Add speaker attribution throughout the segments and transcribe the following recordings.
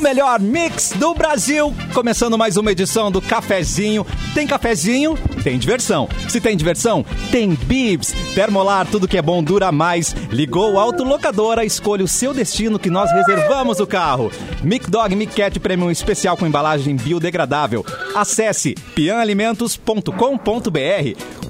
Speaker 1: melhor mix do Brasil. Começando mais uma edição do Cafezinho. Tem cafezinho, tem diversão. Se tem diversão, tem bibs. Termolar, tudo que é bom dura mais. Ligou o autolocadora, escolha o seu destino que nós reservamos o carro. Mic Dog Mic Cat Premium especial com embalagem biodegradável. Acesse pianalimentos.com.br.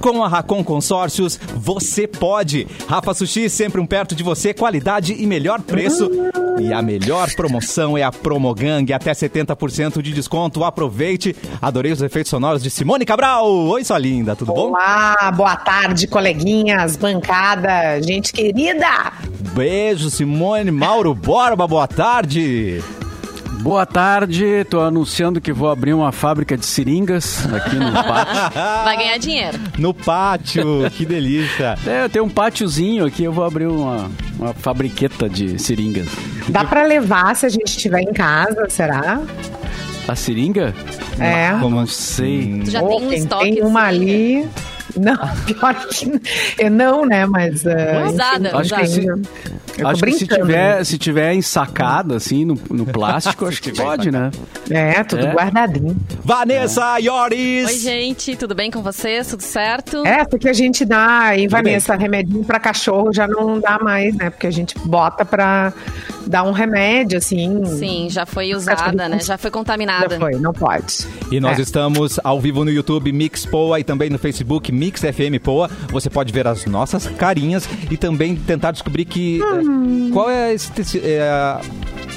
Speaker 1: Com a Racon Consórcios, você pode. Rafa Sushi, sempre um perto de você, qualidade e melhor preço. E a melhor promoção é a Promogang, até 70% de desconto. Aproveite. Adorei os efeitos sonoros de Simone Cabral. Oi, sua linda, tudo bom?
Speaker 2: Olá, boa tarde, coleguinhas, bancada, gente querida.
Speaker 1: Beijo, Simone. Mauro Borba, boa tarde.
Speaker 3: Boa tarde, tô anunciando que vou abrir uma fábrica de seringas aqui no pátio.
Speaker 4: Vai ganhar dinheiro.
Speaker 1: No pátio, que delícia.
Speaker 3: É, tem um pátiozinho aqui, eu vou abrir uma, uma fabriqueta de seringas.
Speaker 2: Dá pra levar se a gente estiver em casa, será?
Speaker 3: A seringa?
Speaker 2: É.
Speaker 1: Como assim?
Speaker 3: Não sei.
Speaker 4: Tu já
Speaker 2: Ou
Speaker 4: tem um
Speaker 2: quem
Speaker 4: estoque.
Speaker 2: tem uma
Speaker 4: assim,
Speaker 2: ali. Não, pior que eu não, né? Mas. eh,
Speaker 4: Usada,
Speaker 2: enfim,
Speaker 4: usada.
Speaker 2: tem- Eu
Speaker 3: acho
Speaker 2: tô
Speaker 3: que se
Speaker 2: brincando.
Speaker 3: tiver, se tiver ensacada, assim, no, no plástico, acho que pode, né?
Speaker 2: É, tudo
Speaker 3: É.
Speaker 2: guardadinho.
Speaker 1: Vanessa Ioris.
Speaker 4: Oi, gente, tudo bem com vocês? Tudo certo?
Speaker 2: É, porque a gente dá, e
Speaker 1: bem.
Speaker 2: Vanessa, remedinho pra cachorro já não dá mais, né? Porque a gente bota pra dar um remédio, assim.
Speaker 4: Sim, já foi usada, né? Já foi contaminada.
Speaker 2: Já foi, não pode.
Speaker 1: E nós
Speaker 2: É.
Speaker 1: estamos ao vivo no YouTube Mix Poa e também no Facebook Mix FM Poa. Você pode ver as nossas carinhas e também tentar descobrir que
Speaker 4: Hum.
Speaker 1: eh, qual é esse teci- é, a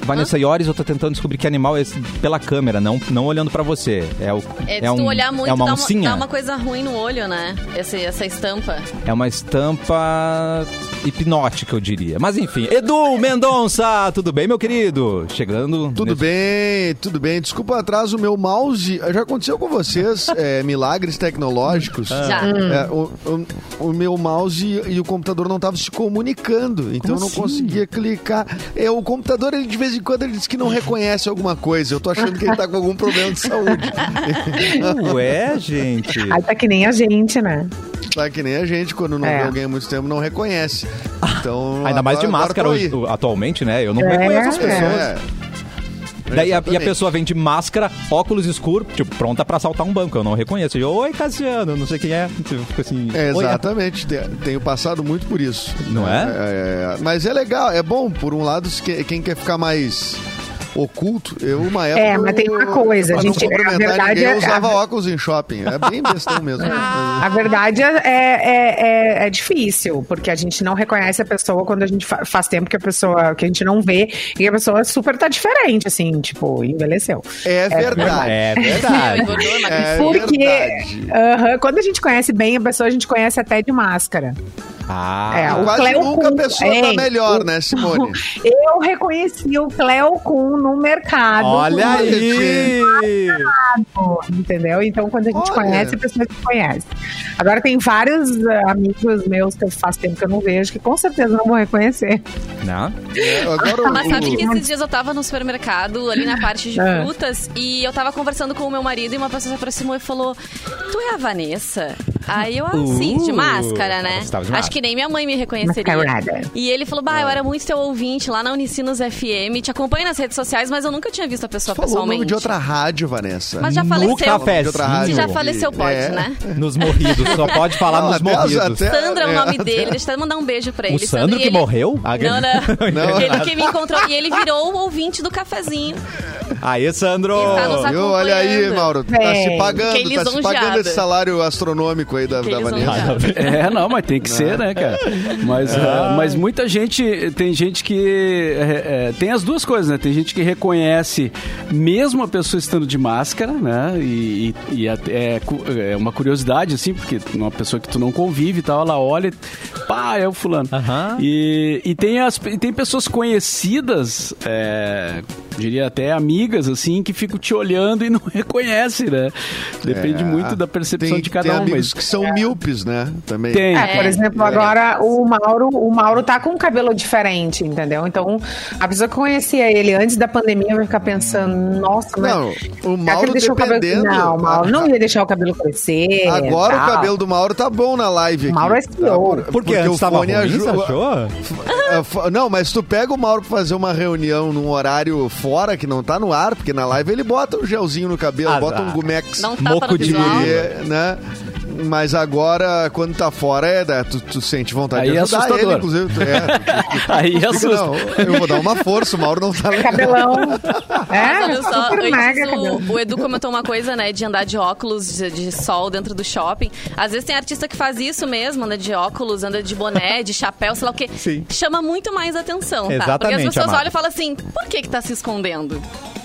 Speaker 1: Vanessa Iores, eu tô tentando descobrir que animal é esse pela câmera, não, não olhando pra você. É, o,
Speaker 4: É, se
Speaker 1: é um,
Speaker 4: tu olhar muito,
Speaker 1: é uma
Speaker 4: dá, uma,
Speaker 1: oncinha,
Speaker 4: dá uma coisa ruim no olho, né? Esse- essa estampa.
Speaker 1: é uma estampa hipnótica, eu diria. Mas enfim, Edu Mendonça, tudo bem, meu querido? Chegando
Speaker 5: Tudo bem, tudo bem. Desculpa o atraso, o meu mouse. Já aconteceu com vocês é, milagres tecnológicos?
Speaker 1: Ah.
Speaker 4: Já.
Speaker 5: É, o, o- o meu mouse e o computador não estavam se comunicando, então eu
Speaker 1: assim?
Speaker 5: não conseguia clicar. É, o computador, ele de vez em quando, ele diz que não reconhece alguma coisa. Eu tô achando que ele tá com algum problema de saúde.
Speaker 1: bem? Ué, gente.
Speaker 2: Aí tá que nem a gente, né?
Speaker 5: Tá que nem a gente, quando não
Speaker 2: É.
Speaker 5: vê alguém há muito tempo, não reconhece. Então,
Speaker 1: Ah, Ainda mais de
Speaker 5: agora- agora
Speaker 1: máscara
Speaker 5: tô
Speaker 1: hoje-
Speaker 5: aí.
Speaker 1: atualmente, né? Eu não
Speaker 2: É,
Speaker 1: reconheço as
Speaker 2: é.
Speaker 1: pessoas.
Speaker 5: É.
Speaker 1: Daí a, e a
Speaker 5: Exatamente.
Speaker 1: pessoa vem de máscara, óculos escuros, tipo, pronta pra assaltar um banco. Eu não reconheço. Eu, Oi, Cassiano, não sei quem é. Você fica assim.
Speaker 5: É,
Speaker 1: "Oi,
Speaker 5: exatamente, Te- tenho passado muito por isso.
Speaker 1: Não é?
Speaker 5: É, é, Mas é legal, é bom, por um lado, se que- quem quer ficar mais oculto, eu uma época...
Speaker 2: É, mas tem uma
Speaker 5: eu-
Speaker 2: coisa,
Speaker 5: pra
Speaker 2: a
Speaker 5: não
Speaker 2: gente- a
Speaker 5: cumprimentar
Speaker 2: verdade
Speaker 5: ninguém,
Speaker 2: é-
Speaker 5: Eu usava
Speaker 2: a-
Speaker 5: óculos em shopping, é bem bestão mesmo.
Speaker 2: A verdade é, é, é, é difícil, porque a gente não reconhece a pessoa quando a gente fa- faz tempo que a pessoa que a gente não vê e a pessoa super tá diferente, assim, tipo, envelheceu.
Speaker 5: É
Speaker 1: É,
Speaker 5: verdade.
Speaker 1: é
Speaker 4: Meu,
Speaker 1: verdade.
Speaker 4: engordou, mas
Speaker 5: É
Speaker 2: Porque-
Speaker 5: verdade.
Speaker 2: Aham, quando a gente conhece bem a pessoa, a gente conhece até de máscara. É,
Speaker 1: ah,
Speaker 2: o
Speaker 5: Quase
Speaker 2: Cleo
Speaker 5: nunca a
Speaker 2: Kun-
Speaker 5: pessoa tá
Speaker 2: Ei,
Speaker 5: melhor, né, Simone?
Speaker 2: Eu reconheci o Cleo Kuhn no mercado.
Speaker 1: olha aí!
Speaker 2: Entendeu? Então, quando a gente
Speaker 5: Olha.
Speaker 2: conhece, a pessoa se conhece. Agora, tem vários ah, amigos meus que eu faz tempo que eu não vejo, que com certeza não vou reconhecer.
Speaker 1: Não?
Speaker 5: É, Agora o-
Speaker 4: Ah, Mas sabe
Speaker 1: Uhum.
Speaker 5: o-
Speaker 4: que esses dias eu tava no supermercado, ali na parte de
Speaker 2: É.
Speaker 4: frutas, e eu tava conversando com o meu marido e uma pessoa se aproximou e falou: Tu é a Vanessa? Aí eu, ah, sim, de
Speaker 1: Uh,
Speaker 4: máscara, né?
Speaker 1: você tava de
Speaker 4: Acho
Speaker 1: máscara. É.
Speaker 4: que nem minha mãe me reconheceria.
Speaker 2: Mascarada.
Speaker 4: E ele falou: Bah, eu era muito teu ouvinte lá na Unicinos FM, te acompanho nas redes sociais, mas eu nunca tinha visto a pessoa
Speaker 5: falou o
Speaker 4: pessoalmente.
Speaker 5: nome de outra rádio, Vanessa.
Speaker 4: Mas já
Speaker 1: No
Speaker 4: faleceu.
Speaker 1: café.
Speaker 5: De outra
Speaker 4: Se
Speaker 5: rádio.
Speaker 4: já faleceu, pode,
Speaker 5: É.
Speaker 4: né?
Speaker 1: Nos morridos, só pode falar
Speaker 5: Não,
Speaker 1: nos
Speaker 5: até as-
Speaker 1: morridos.
Speaker 5: até-
Speaker 4: Sandra é o nome
Speaker 5: até-
Speaker 4: dele. Deixa eu até mandar um beijo pra ele.
Speaker 1: O Sandro
Speaker 4: e
Speaker 1: que
Speaker 4: ele-
Speaker 1: morreu? Ah,
Speaker 4: Não, não.
Speaker 5: Não.
Speaker 4: Ele que me encontrou. E ele virou o ouvinte do cafezinho.
Speaker 1: Aí, Sandro!
Speaker 4: Ele tá nos
Speaker 5: Viu? Olha aí,
Speaker 4: acompanhando.
Speaker 5: Mauro, tá se
Speaker 2: Véi,
Speaker 5: pagando,
Speaker 4: fiquei
Speaker 5: tá se pagando
Speaker 4: lisonjeada.
Speaker 5: esse salário astronômico aí da,
Speaker 4: Fiquei
Speaker 5: da Vanessa.
Speaker 4: lisonjeada.
Speaker 3: É, não, mas tem que ser, né, cara? Mas, ah, mas muita gente, tem gente que. é, é, tem as duas coisas, né? Tem gente que reconhece mesmo a pessoa estando de máscara, né? E, e- e até- é, cu- é uma curiosidade, assim, porque uma pessoa que tu não convive e tal, ela olha e. pá, é o fulano.
Speaker 1: Aham.
Speaker 3: E, e tem as, e tem pessoas conhecidas, é, diria até amigas, assim, que ficam te olhando e não reconhecem, né? Depende muito da percepção
Speaker 5: É. Ah, Tem-
Speaker 3: de cada
Speaker 5: tem
Speaker 3: um,
Speaker 5: amigos
Speaker 3: mas.
Speaker 5: que são míopes, né? Também.
Speaker 3: Tem,
Speaker 2: É, por
Speaker 4: É,
Speaker 2: exemplo,
Speaker 5: é.
Speaker 2: agora o Mauro, o Mauro tá com um cabelo diferente, entendeu? Então, a pessoa que conhecia ele antes da pandemia vai ficar pensando, nossa, mas
Speaker 5: Não, o
Speaker 2: será que
Speaker 5: Mauro
Speaker 2: ele deixou o cabelo...
Speaker 5: dependendo.
Speaker 2: Não, o Mauro não ia deixar o cabelo crescer.
Speaker 5: Agora
Speaker 2: tal.
Speaker 5: o cabelo do Mauro tá bom na live aqui.
Speaker 2: Mauro é
Speaker 5: Tá
Speaker 2: senhor.
Speaker 5: bom.
Speaker 2: Porque
Speaker 1: Porque, antes tava ruim,
Speaker 5: aju-
Speaker 1: você achou?
Speaker 5: É, fo- Não, mas tu pega o Mauro pra fazer uma reunião num horário fora, que não tá no ar, porque na live ele bota um gelzinho no cabelo,
Speaker 1: Azar.
Speaker 5: bota um gumex.
Speaker 4: Dá um tapa
Speaker 1: Moco
Speaker 4: no
Speaker 1: de
Speaker 4: visual.
Speaker 1: guria.
Speaker 5: É, né? Mas agora, quando tá fora, é, né, tu, tu sente vontade
Speaker 3: Aí
Speaker 5: de
Speaker 3: é
Speaker 5: ajudar
Speaker 3: assustador.
Speaker 5: ele, inclusive. tu- é, tu- tu-
Speaker 3: Aí
Speaker 5: tu fica,
Speaker 3: assusta.
Speaker 5: não, eu vou dar uma força, o Mauro não tá legal.
Speaker 2: Cabelão.
Speaker 4: Mas
Speaker 2: É,
Speaker 4: olha só,
Speaker 2: super mega cabelo.
Speaker 4: antes o, o Edu comentou uma coisa, né, de andar de óculos de, de sol dentro do shopping. Às vezes tem artista que faz isso mesmo, anda de óculos, anda de boné, de chapéu, sei lá o quê.
Speaker 1: Sim.
Speaker 4: Chama muito mais atenção, tá? Porque
Speaker 1: Exatamente,
Speaker 4: as pessoas
Speaker 1: Amado.
Speaker 4: olham e falam assim, por que que tá se escondendo?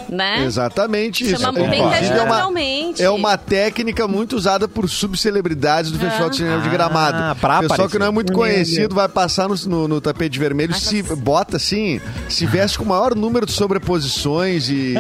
Speaker 4: Né?
Speaker 5: Exatamente isso.
Speaker 4: Chama- tem
Speaker 5: Inclusive,
Speaker 4: que
Speaker 5: é,
Speaker 4: agir
Speaker 5: uma,
Speaker 4: realmente.
Speaker 5: é uma técnica muito usada por subcelebridades do Festival de Cinema de
Speaker 1: Ah,
Speaker 5: Gramado.
Speaker 1: pra
Speaker 5: Pessoal
Speaker 1: aparecer.
Speaker 5: que não é muito conhecido vai passar no, no- no tapete vermelho, se bota assim, se veste com o maior número de sobreposições e,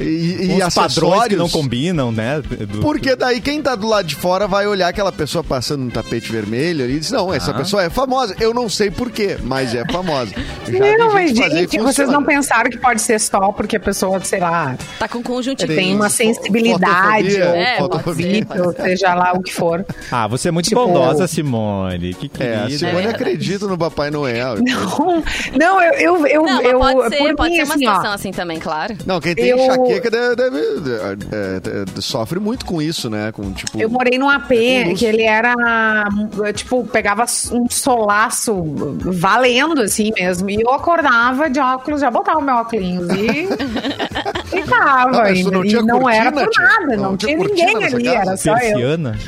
Speaker 5: e, e, e
Speaker 1: Os padrões que não
Speaker 5: acessórios.
Speaker 1: combinam, né? do-
Speaker 5: Porque daí quem tá do lado de fora vai olhar aquela pessoa passando no tapete vermelho ali e diz, não, essa pessoa é famosa. Eu não sei porquê, mas é famosa. Já vi
Speaker 2: Não, mas
Speaker 5: fazer né? e
Speaker 2: gente, vocês
Speaker 5: funciona.
Speaker 2: não pensaram que pode ser só porque a pessoa, sei lá,
Speaker 4: Tá com conjuntivite.
Speaker 2: tem uma
Speaker 5: fo-
Speaker 2: sensibilidade,
Speaker 5: fotofobia,
Speaker 2: ou
Speaker 4: é,
Speaker 5: fotofobia.
Speaker 2: fotofobia, ou seja lá o que for.
Speaker 1: Ah, você é muito
Speaker 2: Tipo-
Speaker 1: bondosa, Simone. Que
Speaker 5: É,
Speaker 1: querida.
Speaker 5: a Simone
Speaker 4: verdade.
Speaker 5: acredita no Papai
Speaker 2: Não,
Speaker 5: Noel.
Speaker 2: Então, não, eu, eu, eu,
Speaker 4: Não, mas
Speaker 2: eu
Speaker 4: pode ser,
Speaker 2: por
Speaker 4: pode
Speaker 2: mim,
Speaker 4: ser uma
Speaker 2: assim,
Speaker 4: situação
Speaker 2: ó,
Speaker 4: assim também, claro.
Speaker 5: Não, quem tem
Speaker 2: Eu-
Speaker 5: enxaqueca deve, deve- é, é, é, sofre muito com isso, né? Com, tipo,
Speaker 2: Eu morei num AP
Speaker 5: É com luz.
Speaker 2: que ele era, tipo, pegava um solaço valendo, assim mesmo. E eu acordava de óculos, já botava o meu óculos e ficava.
Speaker 5: Não, mas
Speaker 2: e
Speaker 5: tu
Speaker 2: não,
Speaker 5: não tinha
Speaker 2: não
Speaker 5: cortina,
Speaker 2: era por
Speaker 5: tia?
Speaker 2: nada, não,
Speaker 5: Não tinha
Speaker 2: tinha,
Speaker 5: cortina
Speaker 2: ninguém
Speaker 5: nessa
Speaker 2: ali,
Speaker 5: casa?
Speaker 2: era só eu.
Speaker 1: Persiana?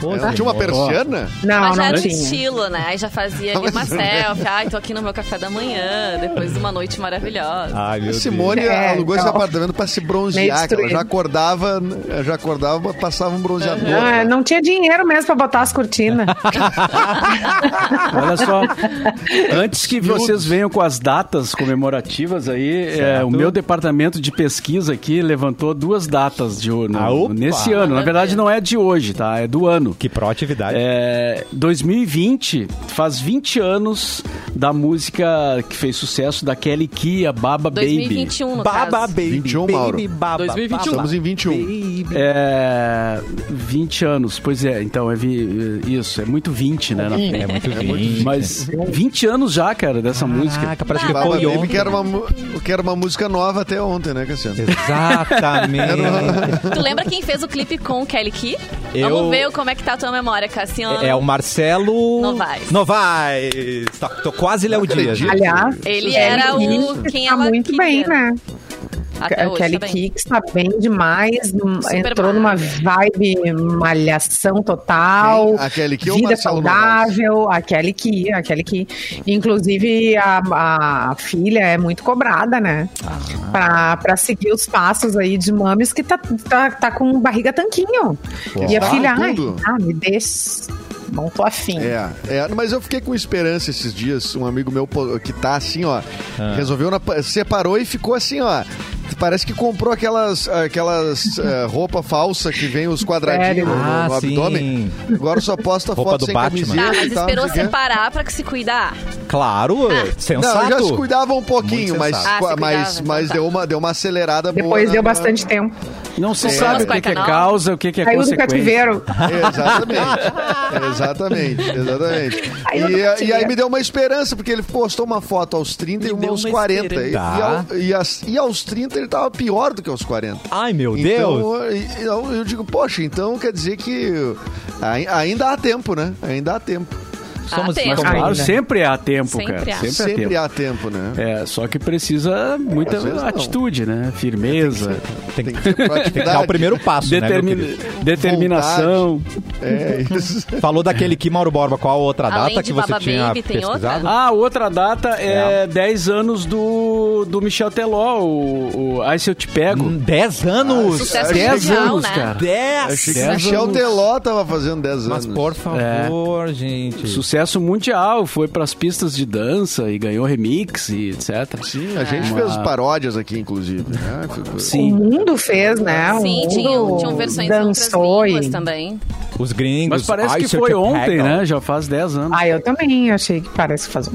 Speaker 1: Pô,
Speaker 5: Ela é, tinha
Speaker 1: Simone.
Speaker 5: uma persiana?
Speaker 2: Não,
Speaker 4: Mas já
Speaker 2: não
Speaker 4: era um
Speaker 2: tinha.
Speaker 4: estilo, né? Aí já fazia ali
Speaker 5: Mas- é.
Speaker 4: uma selfie. Ai, tô aqui no meu café da manhã, depois de uma noite maravilhosa.
Speaker 1: Ai, meu
Speaker 5: A Simone
Speaker 2: Deus. É,
Speaker 5: alugou esse
Speaker 2: não.
Speaker 5: apartamento pra se bronzear, que ela
Speaker 2: destruído.
Speaker 5: já acordava, já acordava, passava um bronzeador.
Speaker 2: Ah, não tinha dinheiro mesmo pra botar as cortinas.
Speaker 3: Olha só, antes que vocês venham com as datas comemorativas aí, é, o meu departamento de pesquisa aqui levantou duas datas de no,
Speaker 1: Ah, opa!
Speaker 3: nesse ano. Na verdade, não é de hoje, tá? É do ano.
Speaker 1: Que proatividade.
Speaker 3: É, 2020 faz 20 anos da música que fez sucesso da Kelly Kia, Baba Baby.
Speaker 4: 2021, no
Speaker 1: Baba
Speaker 4: caso.
Speaker 1: baby,
Speaker 5: 21,
Speaker 1: baby,
Speaker 5: Mauro.
Speaker 6: 2021.
Speaker 1: baba,
Speaker 4: um.
Speaker 1: baba,
Speaker 5: Estamos em 21.
Speaker 1: baby.
Speaker 3: É, 20 anos, pois é, então é vi- isso, é muito 20, né? na-
Speaker 1: É muito lindo.
Speaker 3: Mas 20 anos já, cara, dessa música.
Speaker 1: Caraca, parece que
Speaker 5: Baba
Speaker 1: foi
Speaker 5: Baby,
Speaker 1: ontem. É.
Speaker 5: que era, uma, mu- que era uma música nova até ontem, né, Cassiano?
Speaker 1: Exatamente.
Speaker 4: Tu lembra quem fez o clipe com Kelly Key?
Speaker 1: Eu-
Speaker 4: Vamos ver como é que tá a tua memória, Cassiano.
Speaker 1: É o Marcelo...
Speaker 4: Novaes.
Speaker 1: Novaes. Tá- tô quase Léo Dias.
Speaker 5: acredito.
Speaker 2: Aliás,
Speaker 4: Ele era o quem
Speaker 2: tá
Speaker 4: ela
Speaker 2: muito
Speaker 4: queria.
Speaker 2: bem, né?
Speaker 4: Até
Speaker 2: A
Speaker 4: hoje,
Speaker 2: Kelly
Speaker 4: tá bem.
Speaker 2: Kicks tá bem demais, entrou numa
Speaker 4: malha.
Speaker 2: vibe malhação total.
Speaker 5: Quem? A Kelly Ki ou o
Speaker 2: vida
Speaker 5: Marcelo
Speaker 2: saudável, a Kelly Ki, a Kelly Ki. Inclusive, a, a filha é muito cobrada, né?
Speaker 5: Ah.
Speaker 2: Pra, pra seguir os passos aí de mames que tá, tá, tá com barriga tanquinho. E a
Speaker 5: Tá
Speaker 2: filha,
Speaker 5: com
Speaker 2: ai,
Speaker 5: tudo.
Speaker 2: ah, me deixa. Não tô afim.
Speaker 5: É, é, mas eu fiquei com esperança esses dias. Um amigo meu pô- que tá assim, ó,
Speaker 1: Ah.
Speaker 5: resolveu, na pa- separou e ficou assim, ó. Parece que comprou aquelas, aquelas eh, roupa falsa que vem os
Speaker 2: Sério?
Speaker 5: quadradinhos no, no
Speaker 1: Ah, sim.
Speaker 5: abdômen. Agora só posta
Speaker 1: Roupa
Speaker 5: foto
Speaker 1: do
Speaker 5: sem
Speaker 1: Batman.
Speaker 5: camiseta.
Speaker 4: Tá, mas
Speaker 5: e tal, não
Speaker 4: esperou
Speaker 5: sei o quê.
Speaker 4: separar pra que se cuidar.
Speaker 1: Claro,
Speaker 5: Não,
Speaker 1: sensato.
Speaker 5: já se cuidava um pouquinho,
Speaker 1: É Muito
Speaker 5: mas,
Speaker 1: sensato.
Speaker 4: Ah, se cuidava,
Speaker 5: mas,
Speaker 4: então
Speaker 5: mas
Speaker 4: tá.
Speaker 5: deu, uma, deu uma acelerada boa
Speaker 2: Depois
Speaker 5: na-
Speaker 2: deu
Speaker 5: na-
Speaker 2: bastante tempo.
Speaker 3: Não se
Speaker 5: É.
Speaker 3: sabe o que, que é
Speaker 4: Mas
Speaker 3: causa, o que, que é
Speaker 2: Saiu do
Speaker 3: consequência.
Speaker 2: cativeiro.
Speaker 5: Exatamente. exatamente, exatamente.
Speaker 2: Aí eu não
Speaker 5: E,
Speaker 2: consigo.
Speaker 5: e aí me deu uma esperança, porque ele postou uma foto aos 30 e
Speaker 6: Me
Speaker 5: uma
Speaker 6: deu
Speaker 5: aos
Speaker 6: uma
Speaker 5: 40. E,
Speaker 6: esperança.
Speaker 5: e
Speaker 1: Tá.
Speaker 5: ao- e as- e aos 30 ele tava pior do que aos 40.
Speaker 1: Ai, meu Deus.
Speaker 5: Então, e- e eu, eu digo, poxa, então quer dizer que ai- ainda há tempo, né? Ainda há tempo.
Speaker 1: Somos-
Speaker 4: Ah, tem.
Speaker 1: mas-
Speaker 3: Claro,
Speaker 2: Ainda.
Speaker 3: sempre há tempo,
Speaker 4: Sempre
Speaker 3: cara.
Speaker 4: há.
Speaker 3: Sempre,
Speaker 5: Sempre
Speaker 3: há tempo.
Speaker 5: há tempo, né?
Speaker 3: É, só que precisa muita
Speaker 5: Às vezes não.
Speaker 3: atitude, né? Firmeza,
Speaker 1: Tem que,
Speaker 5: ter
Speaker 1: tem que dar o primeiro passo, né, meu
Speaker 3: determi-
Speaker 1: querido?
Speaker 3: determinação.
Speaker 5: É isso.
Speaker 1: Falou daquele que, Mauro Borba, qual a outra
Speaker 4: Além
Speaker 1: data
Speaker 4: de
Speaker 1: que você
Speaker 4: Baba
Speaker 1: tinha
Speaker 4: Baby, tem
Speaker 1: pesquisado?
Speaker 3: Ah, outra data é, 10 anos do, do Michel Teló, o, o Ai Se Eu Te Pego.
Speaker 1: Hum, 10 anos!
Speaker 4: Sucesso
Speaker 3: 10
Speaker 4: mundial,
Speaker 3: anos,
Speaker 4: né?
Speaker 3: cara.
Speaker 5: Achei
Speaker 1: 10!
Speaker 5: que
Speaker 3: Dez
Speaker 5: Michel
Speaker 3: anos.
Speaker 5: Teló tava fazendo 10 anos.
Speaker 1: Mas por favor, gente.
Speaker 3: Sucesso mundial, foi pras pistas de dança e ganhou remix e etc.
Speaker 5: Sim, a
Speaker 1: É.
Speaker 5: gente
Speaker 3: Uma-
Speaker 5: fez paródias aqui, inclusive. Né?
Speaker 2: O
Speaker 3: Sim.
Speaker 2: mundo fez, né? O
Speaker 4: Sim,
Speaker 2: mundo
Speaker 4: tinham, tinham um versões em outras
Speaker 2: dançou e-
Speaker 4: línguas também.
Speaker 1: Os gringos.
Speaker 3: Mas parece
Speaker 1: ai,
Speaker 3: que
Speaker 1: se eu
Speaker 3: foi
Speaker 1: te
Speaker 3: ontem,
Speaker 1: pego.
Speaker 3: né? Já faz 10 anos.
Speaker 2: Ah, eu também achei que parece que faz um.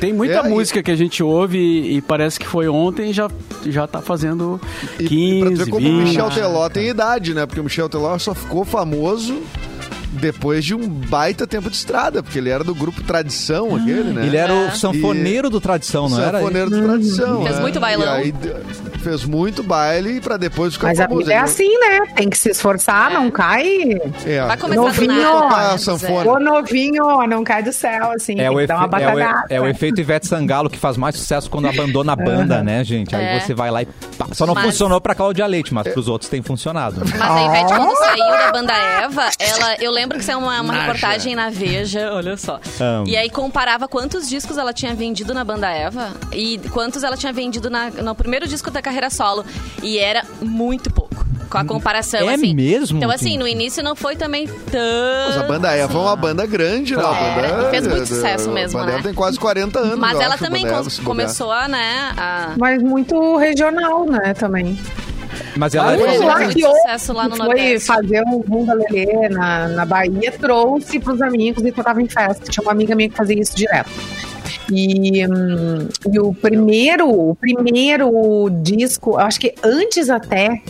Speaker 3: Tem muita
Speaker 5: É, e-
Speaker 3: música que a gente ouve e, e parece que foi ontem e já, já tá fazendo 15,
Speaker 5: pra ver como o
Speaker 3: 20.
Speaker 5: Michel Teló tem idade, né? Porque o Michel Teló só ficou famoso Depois de um baita tempo de estrada, porque ele era do grupo Tradição, aquele, né?
Speaker 1: Ele era
Speaker 4: É.
Speaker 1: o sanfoneiro do tradição, não era?
Speaker 5: Sanfoneiro de tradição.
Speaker 4: Fez
Speaker 5: né?
Speaker 4: muito bailão.
Speaker 5: E aí, de- fez muito baile pra depois ficar
Speaker 2: Mas a
Speaker 5: famoso.
Speaker 2: vida é assim, né? Tem que se esforçar,
Speaker 4: É.
Speaker 2: não cai.
Speaker 5: É.
Speaker 4: Vai começar
Speaker 2: Novinho,
Speaker 4: do nada.
Speaker 5: ah,
Speaker 4: né,
Speaker 5: sanfona.
Speaker 2: Ô novinho, não cai do céu, assim.
Speaker 1: É
Speaker 2: tem
Speaker 1: o,
Speaker 2: que
Speaker 1: efe-
Speaker 2: dar uma
Speaker 1: é, o,
Speaker 2: batagada.
Speaker 1: é o efeito Ivete Sangalo que faz mais sucesso quando abandona a banda, né, gente? Aí
Speaker 4: É.
Speaker 1: você vai lá e pá. Só não
Speaker 4: Mas-
Speaker 1: funcionou pra Cláudia Leite, mas pros outros tem funcionado. né?
Speaker 4: Mas a Ivete,
Speaker 5: Oh!
Speaker 4: quando saiu da banda Eva, ela, eu lembro que saiu uma, uma reportagem na Veja, olha só.
Speaker 1: Amo.
Speaker 4: E aí comparava quantos discos ela tinha vendido na banda Eva e quantos ela tinha vendido na- no primeiro disco da carreira solo. E era muito pouco. Com a comparação,
Speaker 1: É
Speaker 4: assim.
Speaker 1: mesmo,
Speaker 4: Então,
Speaker 1: Kim?
Speaker 4: assim, no início não foi também tão.
Speaker 5: Mas a banda Eva é uma banda grande, né? A
Speaker 4: É,
Speaker 5: banda-
Speaker 4: fez muito
Speaker 5: a-
Speaker 4: sucesso
Speaker 5: a
Speaker 4: mesmo,
Speaker 5: banda
Speaker 4: né?
Speaker 5: Eva tem quase 40 anos.
Speaker 4: Mas
Speaker 5: eu
Speaker 4: ela
Speaker 5: acho, a
Speaker 4: também
Speaker 5: banda
Speaker 4: com-
Speaker 5: Eva, se bobear.
Speaker 4: começou a, né? A...
Speaker 2: Mas muito regional, né, também.
Speaker 1: Mas ela
Speaker 3: Ah,
Speaker 1: é
Speaker 4: Foi
Speaker 2: Sei
Speaker 4: muito
Speaker 2: que houve,
Speaker 4: um sucesso lá no
Speaker 2: que Foi
Speaker 4: Nordeste.
Speaker 2: fazer um Bunda Lelê na, na Bahia, trouxe pros amigos e tocava em festa. Tinha uma amiga minha que fazia isso direto. E, hum, e o primeiro, o primeiro disco, eu acho que antes até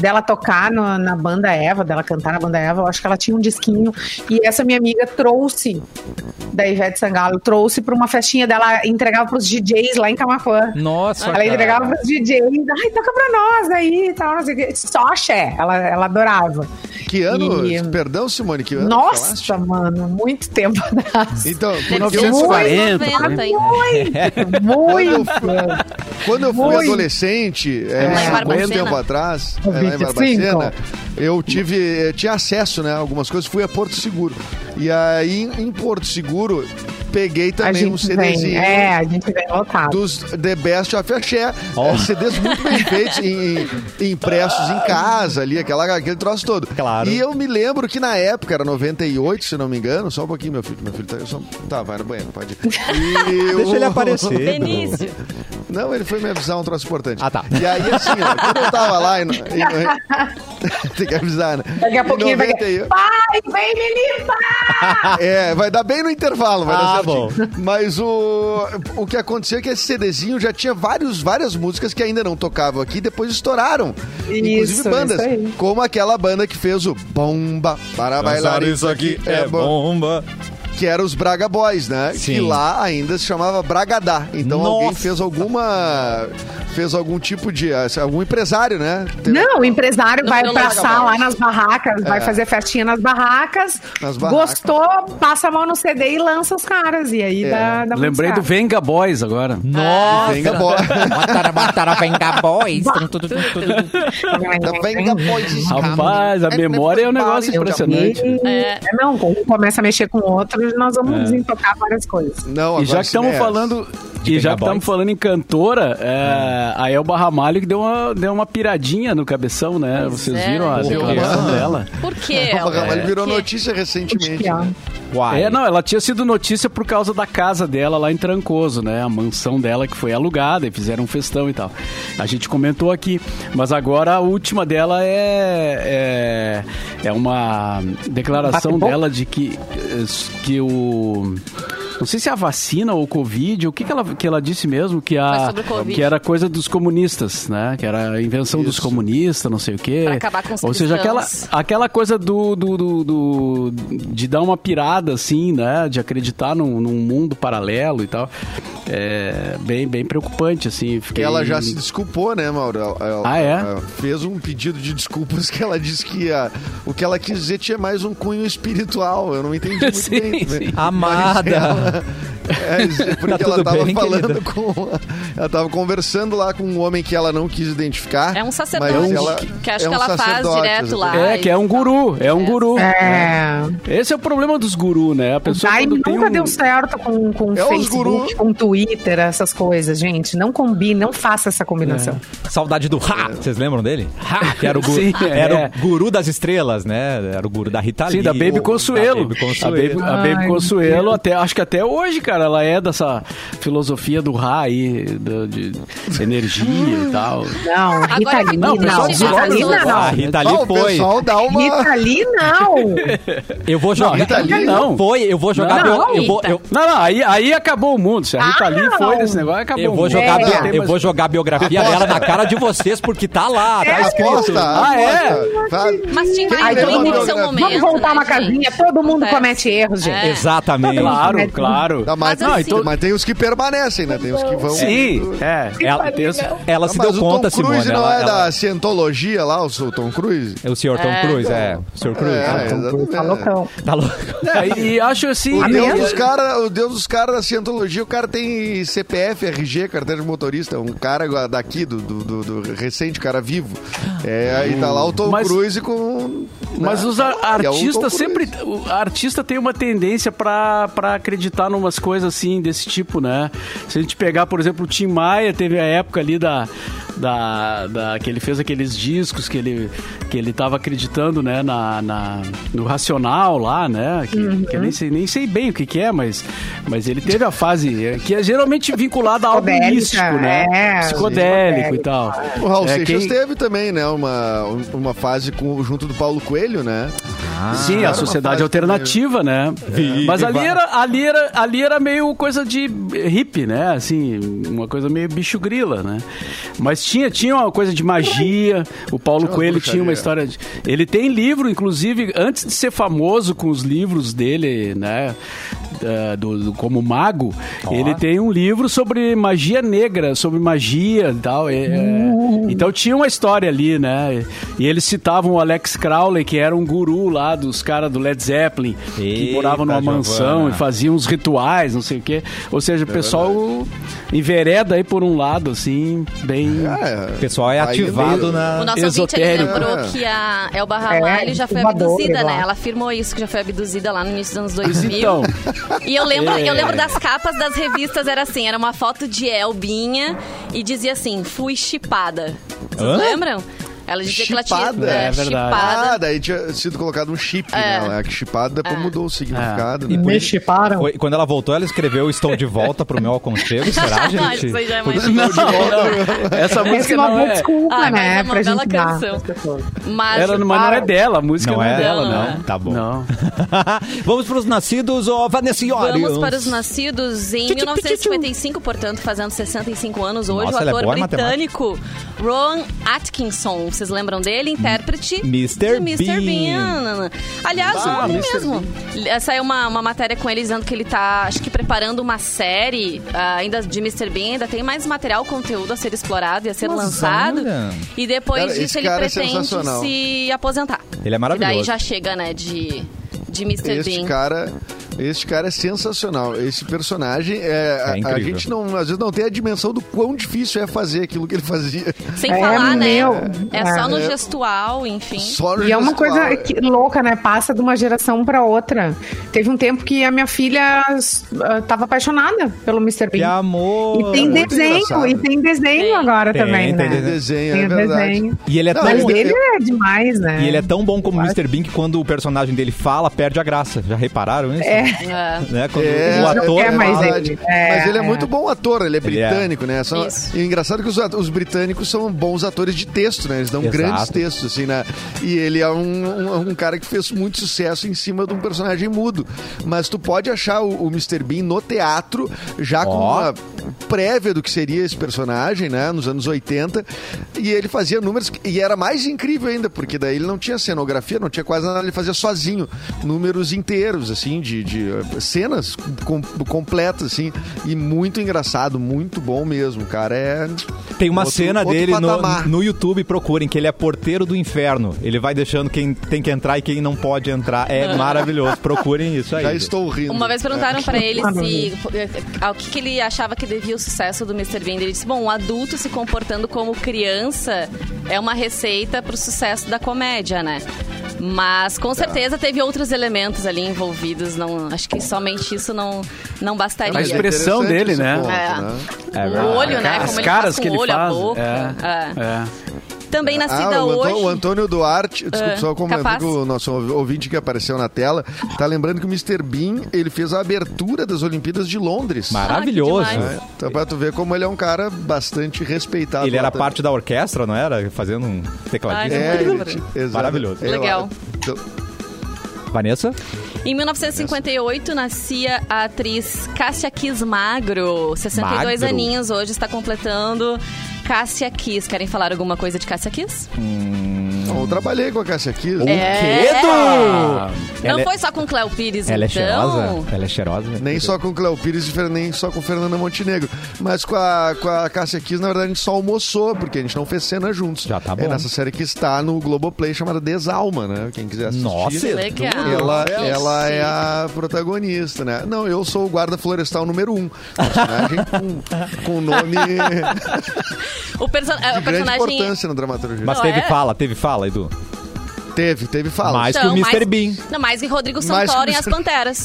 Speaker 2: dela tocar no- na banda Eva, dela cantar na banda Eva, eu acho que ela tinha um disquinho. E essa minha amiga trouxe da Ivete Sangalo, trouxe para uma festinha dela, entregava pros DJs lá em Camacuã.
Speaker 1: Nossa,
Speaker 2: Ela
Speaker 1: cara.
Speaker 2: entregava pros DJs, ai, toca pra nós aí, e tal, não sei o quê. Só axé, ela, ela adorava.
Speaker 5: Que ano?
Speaker 2: E-
Speaker 5: Perdão, Simone, que ano?
Speaker 2: Nossa,
Speaker 5: falaste?
Speaker 2: mano, muito tempo atrás.
Speaker 5: Então,
Speaker 4: Deve
Speaker 5: porque
Speaker 4: ser
Speaker 5: eu-
Speaker 4: uns
Speaker 3: 1940,
Speaker 4: 90, hein?
Speaker 1: É.
Speaker 2: Muito,
Speaker 5: eu
Speaker 2: muito.
Speaker 5: Quando eu fui
Speaker 2: Muito.
Speaker 5: adolescente,
Speaker 4: Lá
Speaker 5: é,
Speaker 4: em
Speaker 5: muito
Speaker 4: Barbacena.
Speaker 5: tempo atrás, é, lá em
Speaker 2: 25.
Speaker 5: Barbacena, eu tive, eu tinha acesso, né, a algumas coisas, fui a Porto Seguro. E aí, em Porto Seguro, peguei
Speaker 2: A
Speaker 5: também um
Speaker 2: gente vem,
Speaker 5: CDzinho.
Speaker 2: é, a gente vem lotado.
Speaker 5: Dos The Best of Axé. É, CDs muito bem feitos, em- em- impressos em casa ali, aquela, aquele troço todo.
Speaker 1: Claro.
Speaker 5: E eu me lembro que na época, era 98, se não me engano, só um pouquinho, meu filho. Meu filho tá. Só, tá, vai no banheiro, pode ir. E
Speaker 1: Deixa
Speaker 5: o-
Speaker 1: ele aparecer. Edu.
Speaker 4: Benício.
Speaker 5: não, ele foi me avisar um troço importante.
Speaker 1: Ah, tá.
Speaker 5: E aí, assim, ó, quando eu tava lá... E, no- e no- tem que avisar, né?
Speaker 2: Daqui a
Speaker 5: Em
Speaker 2: pouquinho vai.
Speaker 5: 91
Speaker 2: Pai, vem me limpar!
Speaker 5: É, vai dar bem no intervalo, vai
Speaker 1: Ah,
Speaker 5: dar certinho. Mas o, o que aconteceu é que esse CDzinho já tinha vários, várias músicas que ainda não tocavam aqui, depois estouraram. Inclusive
Speaker 2: Isso, é
Speaker 5: bandas,
Speaker 2: isso aí.
Speaker 5: como aquela banda que fez o Bomba para bailar isso aqui é bom,
Speaker 1: bomba.
Speaker 5: que era os Braga Boys, né?
Speaker 1: Sim.
Speaker 5: Que lá ainda se chamava Bragadá. Então alguém
Speaker 1: Nossa.
Speaker 5: fez alguma fez algum tipo de algum empresário, né? Teve-
Speaker 2: Não, o empresário vai
Speaker 4: Não, não
Speaker 2: passar
Speaker 5: larga
Speaker 2: lá
Speaker 5: mais.
Speaker 2: nas barracas, vai fazer festinha nas barracas,
Speaker 5: É. Nas barracas.
Speaker 2: Gostou, passa a mão no CD e lança os caras. E aí
Speaker 5: É.
Speaker 2: dá, dá tá muito
Speaker 3: Lembrei do
Speaker 2: certo.
Speaker 3: Venga Boys agora.
Speaker 1: Nossa.
Speaker 5: Venga boy.
Speaker 1: Matara, matara, venga boys.
Speaker 2: né?
Speaker 5: Venga boys.
Speaker 3: Rapaz, a memória é um negócio
Speaker 5: né?
Speaker 3: impressionante.
Speaker 4: É.
Speaker 2: É, não, quando começa a mexer com outros, nós vamos desentocar várias coisas.
Speaker 5: Não, agora
Speaker 3: E já que estamos
Speaker 5: sim, é.
Speaker 3: falando.
Speaker 1: De
Speaker 3: E já
Speaker 1: Venga
Speaker 3: que
Speaker 1: Boys.
Speaker 3: estamos falando em cantora, é, a Elba Ramalho que deu uma, deu uma piradinha no cabeção, né? Vocês
Speaker 4: é,
Speaker 3: viram a
Speaker 4: né?
Speaker 3: declaração
Speaker 5: Deu uma-
Speaker 3: dela?
Speaker 4: Por quê?
Speaker 5: Opa,
Speaker 4: Elba?
Speaker 5: Ramalho virou
Speaker 4: Por quê?
Speaker 5: notícia recentemente.
Speaker 2: Aqui, ó.
Speaker 5: né?
Speaker 1: Uai.
Speaker 3: É, não, ela tinha sido notícia por causa da casa dela lá em Trancoso, né? A mansão dela que foi alugada e fizeram um festão e tal. A gente comentou aqui. Mas agora a última dela é. É, é uma declaração
Speaker 1: Bate-boca?
Speaker 3: dela de que, que o. Não sei se é a vacina ou o Covid, o que, que, ela, que ela disse mesmo? Que,
Speaker 4: Foi
Speaker 3: a,
Speaker 4: sobre o Covid.
Speaker 3: que era coisa dos comunistas, né? Que era a invenção dos comunistas, não sei o quê.
Speaker 4: Pra acabar com os
Speaker 3: Ou seja, aquela,
Speaker 4: cristãos.
Speaker 3: Aquela coisa do, do, do- do- de dar uma pirada, assim, né? De acreditar num, num mundo paralelo e tal. É bem, bem preocupante, assim.
Speaker 5: Que
Speaker 3: Fiquei...
Speaker 5: ela já se desculpou, né, Mauro? Ela- ela-
Speaker 3: Ah, é?
Speaker 5: ela fez um pedido de desculpas que ela disse que ah, o que ela quis dizer tinha mais um cunho espiritual. Eu não entendi muito
Speaker 3: Sim,
Speaker 5: bem.
Speaker 3: sim.
Speaker 1: Amada.
Speaker 5: É, isso, porque
Speaker 1: Tá tudo
Speaker 5: ela tava
Speaker 1: bem,
Speaker 5: falando
Speaker 1: querida?
Speaker 5: com. Ela tava conversando lá com um homem que ela não quis identificar.
Speaker 4: É um
Speaker 5: mas
Speaker 4: sacerdote,
Speaker 5: ela-
Speaker 4: que acho
Speaker 5: é um
Speaker 4: que ela faz
Speaker 5: sacerdote,
Speaker 4: direto lá.
Speaker 3: É, que é um guru, é um guru.
Speaker 2: É.
Speaker 3: Esse é o problema dos gurus, né? A pessoa
Speaker 2: Daí
Speaker 3: quando tem
Speaker 2: nunca
Speaker 3: um-
Speaker 2: deu certo com, com
Speaker 5: É os
Speaker 2: Facebook,
Speaker 5: guru.
Speaker 2: com Twitter, essas coisas, gente. Não combine, não faça essa combinação.
Speaker 1: Saudade do Ra. Vocês lembram dele? Ra. Que era o, gu-
Speaker 3: Sim, é.
Speaker 1: era o guru das estrelas, né? Era o guru da Rita
Speaker 3: Sim,
Speaker 1: Lee,
Speaker 3: da Baby
Speaker 1: o-
Speaker 3: Consuelo.
Speaker 1: Da Baby Consuelo.
Speaker 3: A Baby, a Baby
Speaker 2: Ai,
Speaker 3: Consuelo,
Speaker 2: meu
Speaker 3: até, acho que até hoje, cara, cara, ela é dessa filosofia do Ra aí, do- de energia e tal.
Speaker 2: Não, Rita
Speaker 4: Agora
Speaker 2: Lee,
Speaker 4: não,
Speaker 2: não.
Speaker 4: pessoal,
Speaker 2: Rita Lee,
Speaker 4: Ritalina,
Speaker 1: Ah,
Speaker 2: não.
Speaker 1: a Rita
Speaker 5: Ah,
Speaker 1: Lee
Speaker 5: o
Speaker 1: foi.
Speaker 5: pessoal dá uma...
Speaker 2: Rita Lee, não.
Speaker 1: Eu vou jogar.
Speaker 3: Rita
Speaker 5: Lee
Speaker 3: não.
Speaker 1: Foi, eu vou jogar.
Speaker 4: Não,
Speaker 1: pelo- eu, vou, eu,
Speaker 3: Não, não, aí, aí acabou o mundo. Se a Rita
Speaker 2: Ah,
Speaker 3: Lee
Speaker 2: não.
Speaker 3: foi desse negócio, acabou É.
Speaker 1: eu
Speaker 3: o
Speaker 1: vou
Speaker 3: mundo.
Speaker 1: jogar,
Speaker 3: Não
Speaker 1: bio-
Speaker 3: tem
Speaker 1: eu
Speaker 3: mais-
Speaker 1: vou jogar a biografia dela na cara de vocês, porque tá lá, tá
Speaker 5: É Aposta,
Speaker 1: escrito.
Speaker 5: aposta.
Speaker 3: Ah, é?
Speaker 5: Vale.
Speaker 4: Mas tinha que
Speaker 5: Ai,
Speaker 4: ter
Speaker 5: todo mundo-
Speaker 4: seu momento.
Speaker 2: Vamos voltar
Speaker 4: né,
Speaker 2: uma
Speaker 4: gente?
Speaker 2: casinha. Todo mundo
Speaker 4: Acontece.
Speaker 2: comete erros, gente.
Speaker 4: É.
Speaker 1: Exatamente.
Speaker 3: Claro, claro.
Speaker 5: Tá, mas,
Speaker 4: Mas assim-
Speaker 5: não, então- mas tem os que permanecem, né? Tem os que vão.
Speaker 3: Sim, é.
Speaker 1: Ela,
Speaker 3: tem os-
Speaker 1: ela
Speaker 5: Ah,
Speaker 1: se
Speaker 5: mas
Speaker 1: deu conta,
Speaker 5: o Tom
Speaker 1: Simone.
Speaker 5: Cruise não
Speaker 1: ela-
Speaker 5: é
Speaker 1: ela-
Speaker 5: da cientologia lá, o seu Tom Cruise?
Speaker 1: É o senhor Tom
Speaker 4: É.
Speaker 1: Cruise, é. O senhor Cruise.
Speaker 5: É,
Speaker 1: tá,
Speaker 5: exatamente.
Speaker 2: Tá loucão.
Speaker 1: tá louco.
Speaker 3: É, e acho assim.
Speaker 5: O
Speaker 3: e-
Speaker 5: Deus, dos cara, o Deus dos caras da cientologia, o cara tem CPF, RG, carteira de motorista, um cara daqui, do, do, do- do recente, cara vivo. É, aí tá lá o Tom
Speaker 3: Mas-
Speaker 5: Cruise com.
Speaker 3: Mas
Speaker 5: né?
Speaker 3: os
Speaker 5: E
Speaker 3: ar-
Speaker 5: é um Tom
Speaker 3: artistas
Speaker 5: Cruise.
Speaker 3: sempre. O artista tem uma tendência pra pra acreditar numas coisas assim, desse tipo, né? Se a gente pegar, por exemplo, o Tim Maia, teve a época ali da. Da, da- que ele fez aqueles discos que ele que ele tava acreditando né na, na- no racional lá né que,
Speaker 2: Uhum.
Speaker 3: que eu nem sei nem sei bem o que que é mas mas ele teve a fase eh, que é geralmente vinculada a algo
Speaker 2: Psicodélica,
Speaker 3: místico né
Speaker 2: é,
Speaker 3: psicodélico e
Speaker 2: psicodélico.
Speaker 3: tal
Speaker 5: O Raul
Speaker 3: É,
Speaker 5: Seixas
Speaker 3: quem-
Speaker 5: teve também, né? Uma, uma fase com, junto do Paulo Coelho, né?
Speaker 3: Sim,
Speaker 5: era
Speaker 3: a
Speaker 5: uma
Speaker 3: sociedade
Speaker 5: fase
Speaker 3: alternativa, né?
Speaker 1: Vi-
Speaker 3: Mas ali
Speaker 1: vi-
Speaker 3: era, ali, era, ali era meio coisa de hippie, né? Assim, uma coisa meio bicho grila, né? Mas tinha, tinha uma coisa de magia. O Paulo
Speaker 5: uma
Speaker 1: é
Speaker 3: Coelho tinha uma
Speaker 5: bruxaria.
Speaker 3: história de... Ele tem livro, inclusive, antes de ser famoso com os livros dele, né? eh, do, do- como mago, ele tem um livro sobre magia negra, sobre magia e tal. é, é.
Speaker 1: Uh.
Speaker 3: Então tinha uma história ali, né? E eles citavam o Alex Crowley, que era um guru lá dos caras do Led Zeppelin, que
Speaker 1: Eita,
Speaker 3: moravam numa
Speaker 1: Giovana.
Speaker 3: mansão e faziam uns rituais, não sei o quê. Ou seja, o
Speaker 1: É
Speaker 3: pessoal envereda aí por um lado, assim, bem.
Speaker 5: Cara,
Speaker 1: O pessoal é
Speaker 5: Aí né?
Speaker 1: ativado
Speaker 5: veio-
Speaker 1: na.
Speaker 4: O nosso
Speaker 3: Esotérico.
Speaker 4: ouvinte, ele lembrou que a Elba Ramalho
Speaker 2: Ah. É,
Speaker 4: já foi
Speaker 2: incubadora,
Speaker 4: abduzida,
Speaker 2: igual.
Speaker 4: né? Ela afirmou isso, que já foi abduzida lá no início dos anos 2000.
Speaker 3: Então.
Speaker 4: E eu lembro,
Speaker 3: É.
Speaker 4: eu lembro das capas das revistas, era assim, era uma foto de Elbinha e dizia assim, fui chipada. Vocês
Speaker 1: Hã?
Speaker 4: lembram? Ela dizia que ela
Speaker 5: Chipada?
Speaker 4: tinha
Speaker 3: É verdade.
Speaker 4: né? chipada.
Speaker 5: Ah, daí tinha sido colocado um chip,
Speaker 4: É.
Speaker 5: né? Que chipado depois mudou
Speaker 3: É.
Speaker 5: o significado, né?
Speaker 2: Me chiparam.
Speaker 1: Foi- quando ela voltou, ela escreveu Estou de volta pro meu aconchego.
Speaker 2: Ah,
Speaker 1: Será,
Speaker 4: Não,
Speaker 1: gente?
Speaker 4: isso aí já é mais...
Speaker 3: Não, Essa
Speaker 2: Essa
Speaker 3: música
Speaker 2: é uma
Speaker 3: não
Speaker 2: boa
Speaker 3: é.
Speaker 2: desculpa,
Speaker 4: Ah, mas
Speaker 2: né?
Speaker 4: é uma
Speaker 2: pra
Speaker 4: bela
Speaker 2: gente dar
Speaker 4: canção.
Speaker 2: pras pessoas.
Speaker 4: Mas,
Speaker 3: Era, mas não é dela, a música
Speaker 1: Não
Speaker 3: não, é,
Speaker 1: é?
Speaker 3: dela,
Speaker 4: Não,
Speaker 3: não.
Speaker 4: não é.
Speaker 1: Tá bom.
Speaker 3: Não.
Speaker 1: Vamos pros nascidos, ô Vanessiori.
Speaker 4: Vamos para os nascidos em 1955, portanto, fazendo 65 anos hoje,
Speaker 1: Nossa,
Speaker 4: o
Speaker 1: ela é
Speaker 4: ator
Speaker 1: boa em
Speaker 4: britânico Ron Atkinson. Vocês lembram dele? Intérprete
Speaker 1: Mr.
Speaker 4: de Mr.
Speaker 1: Bean.
Speaker 4: Bean. Aliás,
Speaker 3: Ah,
Speaker 4: ontem
Speaker 3: Mr.
Speaker 4: mesmo. eh, Saiu uma, uma matéria com ele dizendo que ele tá, acho que preparando uma série ah, ainda de Mr. Bean. Ainda tem mais material, conteúdo a ser explorado e a ser
Speaker 1: Mas
Speaker 4: lançado.
Speaker 1: olha.
Speaker 4: E depois
Speaker 5: Cara, esse
Speaker 4: disso ele
Speaker 5: cara é
Speaker 4: pretende
Speaker 5: sensacional.
Speaker 4: se aposentar.
Speaker 1: Ele é maravilhoso.
Speaker 4: E daí já chega, né, de, de Mr.
Speaker 5: Este
Speaker 4: Bean.
Speaker 5: cara, este cara é sensacional. Esse personagem é, a- a,
Speaker 1: incrível.
Speaker 5: gente não, às vezes não tem a dimensão do quão difícil é fazer aquilo que ele fazia.
Speaker 4: Sem
Speaker 2: É
Speaker 4: falar,
Speaker 2: meu.
Speaker 4: né? É só no
Speaker 5: É.
Speaker 4: gestual, enfim.
Speaker 5: Só no
Speaker 2: E é uma
Speaker 5: gestual.
Speaker 2: coisa que- louca, né? Passa de uma geração pra outra. Teve um tempo que a minha filha ah, tava apaixonada pelo Mr. Bean.
Speaker 1: Que amor.
Speaker 2: E tem
Speaker 5: muito
Speaker 2: desenho,
Speaker 5: engraçado.
Speaker 2: e tem desenho agora
Speaker 1: Tem,
Speaker 2: também,
Speaker 1: tem
Speaker 5: Tem
Speaker 2: né?
Speaker 5: desenho,
Speaker 2: Tem
Speaker 5: é
Speaker 2: o
Speaker 5: verdade.
Speaker 2: desenho.
Speaker 1: E ele é
Speaker 5: Não,
Speaker 1: tão.
Speaker 5: mas
Speaker 2: Mas
Speaker 5: eu-
Speaker 2: ele é demais, né?
Speaker 1: E ele é tão bom como o Mr. Bean que quando o personagem dele fala, perde a graça. Já repararam isso? É.
Speaker 4: É.
Speaker 1: Né? Quando
Speaker 5: É,
Speaker 1: o
Speaker 5: é
Speaker 1: ator.
Speaker 2: quer mais
Speaker 1: fala-
Speaker 5: verdade.
Speaker 2: ele. É,
Speaker 5: Mas ele é,
Speaker 2: é.
Speaker 5: muito bom ator,
Speaker 1: Ele
Speaker 5: ele é
Speaker 1: é.
Speaker 5: britânico, né? Só-
Speaker 4: Isso.
Speaker 5: E engraçado que os, at- os britânicos são bons atores de texto, né? Eles dão
Speaker 1: Exato.
Speaker 5: grandes textos, assim, né? E ele é um, um- um cara que fez muito sucesso em cima de um personagem mudo. Mas tu pode achar o, o Mr. Bean no teatro, já com
Speaker 1: Ó.
Speaker 5: uma prévia do que seria esse personagem, né? Nos anos 80. E ele fazia números, que- e era mais incrível ainda, porque daí ele não tinha cenografia, não tinha quase nada, ele fazia sozinho. Números inteiros, assim, de, de, eh, cenas com- completas, assim. E muito engraçado, muito bom mesmo, cara. É...
Speaker 1: Tem uma
Speaker 5: outro-
Speaker 1: cena
Speaker 5: outro
Speaker 1: dele no,
Speaker 5: patamar.
Speaker 1: no YouTube, procurem, que ele é porteiro do inferno. Ele vai deixando quem tem que entrar e quem não pode entrar. É maravilhoso. Procurem isso Tá aí.
Speaker 5: Já estou rindo.
Speaker 4: Uma vez perguntaram pra ele
Speaker 2: Ah, não.
Speaker 4: se ao que, que ele achava que devia o sucesso do Mr. Bean. Ele disse: "Bom, um adulto se comportando como criança é uma receita pro sucesso da comédia, né?" Mas com certeza teve outros elementos ali envolvidos, não, acho que somente isso não não bastaria.
Speaker 3: A
Speaker 5: Mas é
Speaker 3: expressão
Speaker 5: interessante
Speaker 3: dele,
Speaker 5: esse
Speaker 3: né?
Speaker 5: ponto,
Speaker 4: É.
Speaker 5: né?
Speaker 1: É
Speaker 4: o olho, né?
Speaker 3: As
Speaker 4: Como ele
Speaker 3: caras
Speaker 4: faz com
Speaker 3: que
Speaker 4: o
Speaker 3: ele
Speaker 4: olho,
Speaker 3: faz.
Speaker 4: a boca.
Speaker 3: é,
Speaker 4: É.
Speaker 3: é.
Speaker 4: Também nascida
Speaker 5: ah, o Antô-
Speaker 4: hoje.
Speaker 5: O Antônio Duarte, desculpa,
Speaker 4: Ah,
Speaker 5: só comentando
Speaker 4: capaz.
Speaker 5: que o nosso ouvinte que apareceu na tela, tá lembrando que o Mr. Bean, ele fez a abertura das Olimpíadas de Londres.
Speaker 1: Maravilhoso.
Speaker 4: Ah, que demais.
Speaker 5: Então, pra tu ver como ele é um cara bastante respeitado.
Speaker 1: Ele era
Speaker 5: lá também.
Speaker 1: parte da orquestra, não era? Fazendo um tecladinho.
Speaker 4: Ai,
Speaker 5: É,
Speaker 4: Eu
Speaker 5: ele,
Speaker 4: lembro.
Speaker 5: exato.
Speaker 1: Maravilhoso.
Speaker 5: Ele-
Speaker 4: né? Legal.
Speaker 5: Então,
Speaker 1: Vanessa?
Speaker 4: Em 1958 nascia a atriz Cássia Kiss Magro, 62
Speaker 1: Magro.
Speaker 4: aninhos hoje, está completando Cássia Kiss. Querem falar alguma coisa de Cássia Kiss?
Speaker 5: então, eu trabalhei com a Cássia aqui.
Speaker 4: É.
Speaker 1: Quedo!
Speaker 4: Não
Speaker 1: Ela é-
Speaker 4: foi só com Cléo Pires,
Speaker 1: Ela é
Speaker 4: então.
Speaker 1: cheirosa? Ela é cheirosa?
Speaker 5: Nem só com o Cléo Pires e Fer- nem só com Fernanda Montenegro. Mas com a, com a Cássia Kiss, na verdade, a gente só almoçou, porque a gente não fez cena juntos.
Speaker 1: Já tá
Speaker 5: É
Speaker 1: bom.
Speaker 5: nessa série que está no Globoplay, chamada Desalma, né? Quem quiser assistir.
Speaker 1: Nossa,
Speaker 4: Legal.
Speaker 5: Ela,
Speaker 4: Que
Speaker 5: ela é
Speaker 4: chique.
Speaker 5: a protagonista, né? Não, eu sou o guarda florestal número um. Personagem com, com nome de
Speaker 4: O, perso- é, o
Speaker 5: grande
Speaker 4: personagem
Speaker 5: importância na dramaturgia.
Speaker 1: Mas
Speaker 4: Não,
Speaker 1: teve
Speaker 4: é-
Speaker 1: fala, teve fala, Edu.
Speaker 5: Teve, teve fala.
Speaker 1: Mas- que o Mr. Bean.
Speaker 4: Não, então, mais que Rodrigo
Speaker 5: Mais
Speaker 4: Santoro
Speaker 5: que o
Speaker 4: em As
Speaker 5: Mr.
Speaker 4: Panteras.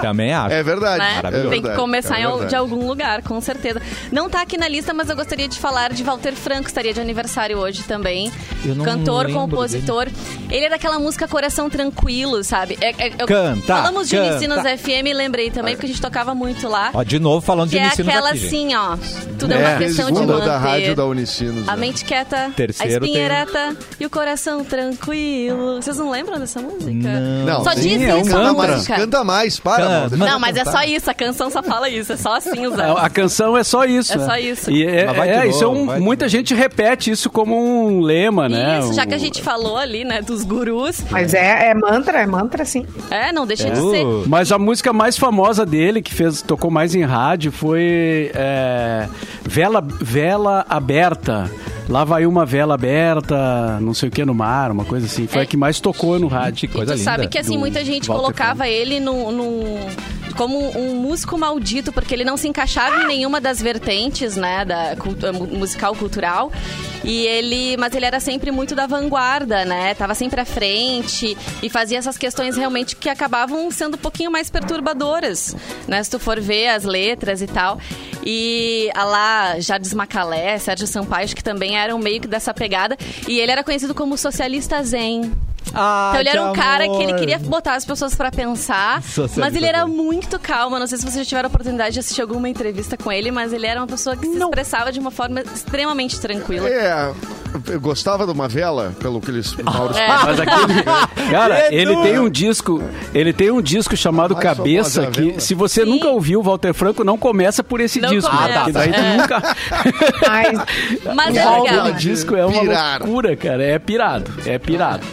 Speaker 1: Também acho.
Speaker 5: É verdade.
Speaker 4: né?
Speaker 5: é
Speaker 4: Tem que
Speaker 5: verdade,
Speaker 4: começar
Speaker 5: é
Speaker 4: em al-
Speaker 5: verdade.
Speaker 4: de algum lugar, com certeza. Não tá aqui na lista, mas eu gostaria de falar de Walter Franco, estaria de aniversário hoje também.
Speaker 1: Eu não
Speaker 4: Cantor,
Speaker 1: lembro
Speaker 4: compositor. Ele é daquela música Coração Tranquilo, sabe? É, é- eu-
Speaker 1: Canta,
Speaker 4: Falamos de
Speaker 1: canta.
Speaker 4: Unicinos FM, lembrei também, porque a gente tocava muito lá.
Speaker 1: Ó, de novo falando
Speaker 4: que
Speaker 1: de
Speaker 4: é
Speaker 1: Unicinos
Speaker 4: aquela
Speaker 1: aqui, gente.
Speaker 4: assim, ó. Tudo é,
Speaker 5: É,
Speaker 4: uma questão de
Speaker 5: segunda
Speaker 4: manter.
Speaker 5: da rádio da Unicinos.
Speaker 4: A
Speaker 5: né?
Speaker 4: mente quieta, a
Speaker 1: Terceiro
Speaker 4: espinha
Speaker 1: tem-
Speaker 4: ereta e o coração tranquilo. Vocês não lembram dessa música?
Speaker 5: Não,
Speaker 4: Só
Speaker 5: sim,
Speaker 4: diz
Speaker 3: é um
Speaker 4: isso, a
Speaker 5: Canta
Speaker 3: mantra.
Speaker 5: mais,
Speaker 4: música.
Speaker 5: canta mais, para.
Speaker 1: Canta.
Speaker 5: amor, deixa
Speaker 4: Não,
Speaker 5: eu
Speaker 4: mas é
Speaker 5: cantar.
Speaker 4: só isso, a canção só fala isso, é só cinza.
Speaker 3: A a canção é só isso.
Speaker 4: É
Speaker 3: né?
Speaker 4: só isso.
Speaker 3: E é,
Speaker 1: Mas vai
Speaker 3: é,
Speaker 1: de
Speaker 3: isso é
Speaker 1: novo,
Speaker 3: um-
Speaker 1: vai de
Speaker 3: muita gente repete isso como um lema, né?
Speaker 4: Isso, já
Speaker 3: Um-
Speaker 4: que a gente falou ali, né, dos gurus.
Speaker 2: Mas é, é mantra, é mantra, sim.
Speaker 4: É, não deixa de ser.
Speaker 1: Uh,
Speaker 3: Mas a música mais famosa dele, que fez, tocou mais em rádio, foi é, Vela, Vela Aberta. Lá vai uma vela aberta, não sei o que, no mar, uma coisa assim. Foi
Speaker 4: É.
Speaker 3: a que mais tocou no rádio.
Speaker 4: E tu
Speaker 1: Coisa
Speaker 4: sabe
Speaker 1: linda,
Speaker 4: que assim,
Speaker 3: do
Speaker 4: muita gente
Speaker 3: Walter
Speaker 4: colocava ele num. num- como um, um músico maldito, porque ele não se encaixava em nenhuma das vertentes, né, da cultu- mu- musical cultural. E ele, mas ele era sempre muito da vanguarda, né? Tava sempre à frente e fazia essas questões realmente que acabavam sendo um pouquinho mais perturbadoras, né? Se tu for ver as letras e tal. E a lá Jardim Macalé, Sérgio Sampaio, acho que também eram meio que dessa pegada, e ele era conhecido como socialista zen. Então ele era um cara que ele queria botar as pessoas pra pensar,
Speaker 1: Socializador.
Speaker 4: mas ele era muito calmo. Não sei se vocês já tiveram a oportunidade de assistir alguma entrevista com ele, mas ele era uma pessoa que se expressava de uma forma extremamente tranquila.
Speaker 5: É, eu gostava de uma vela, pelo que eles... Mauro
Speaker 4: É.
Speaker 3: Mas aquele,
Speaker 1: Edu!
Speaker 3: cara, ele tem um disco, ele tem um disco chamado
Speaker 5: Mais
Speaker 3: Cabeça
Speaker 5: famosa, viu?
Speaker 3: que se você
Speaker 4: Sim.
Speaker 3: nunca ouviu Walter Franco, não começa por esse
Speaker 4: Não
Speaker 3: disco,
Speaker 4: começa.
Speaker 3: porque daí tu
Speaker 4: É.
Speaker 3: nunca
Speaker 2: Mas
Speaker 4: Mas é
Speaker 3: O álbum
Speaker 4: legal.
Speaker 3: do disco é uma
Speaker 5: Pirar.
Speaker 3: loucura, cara, é pirado, é pirado.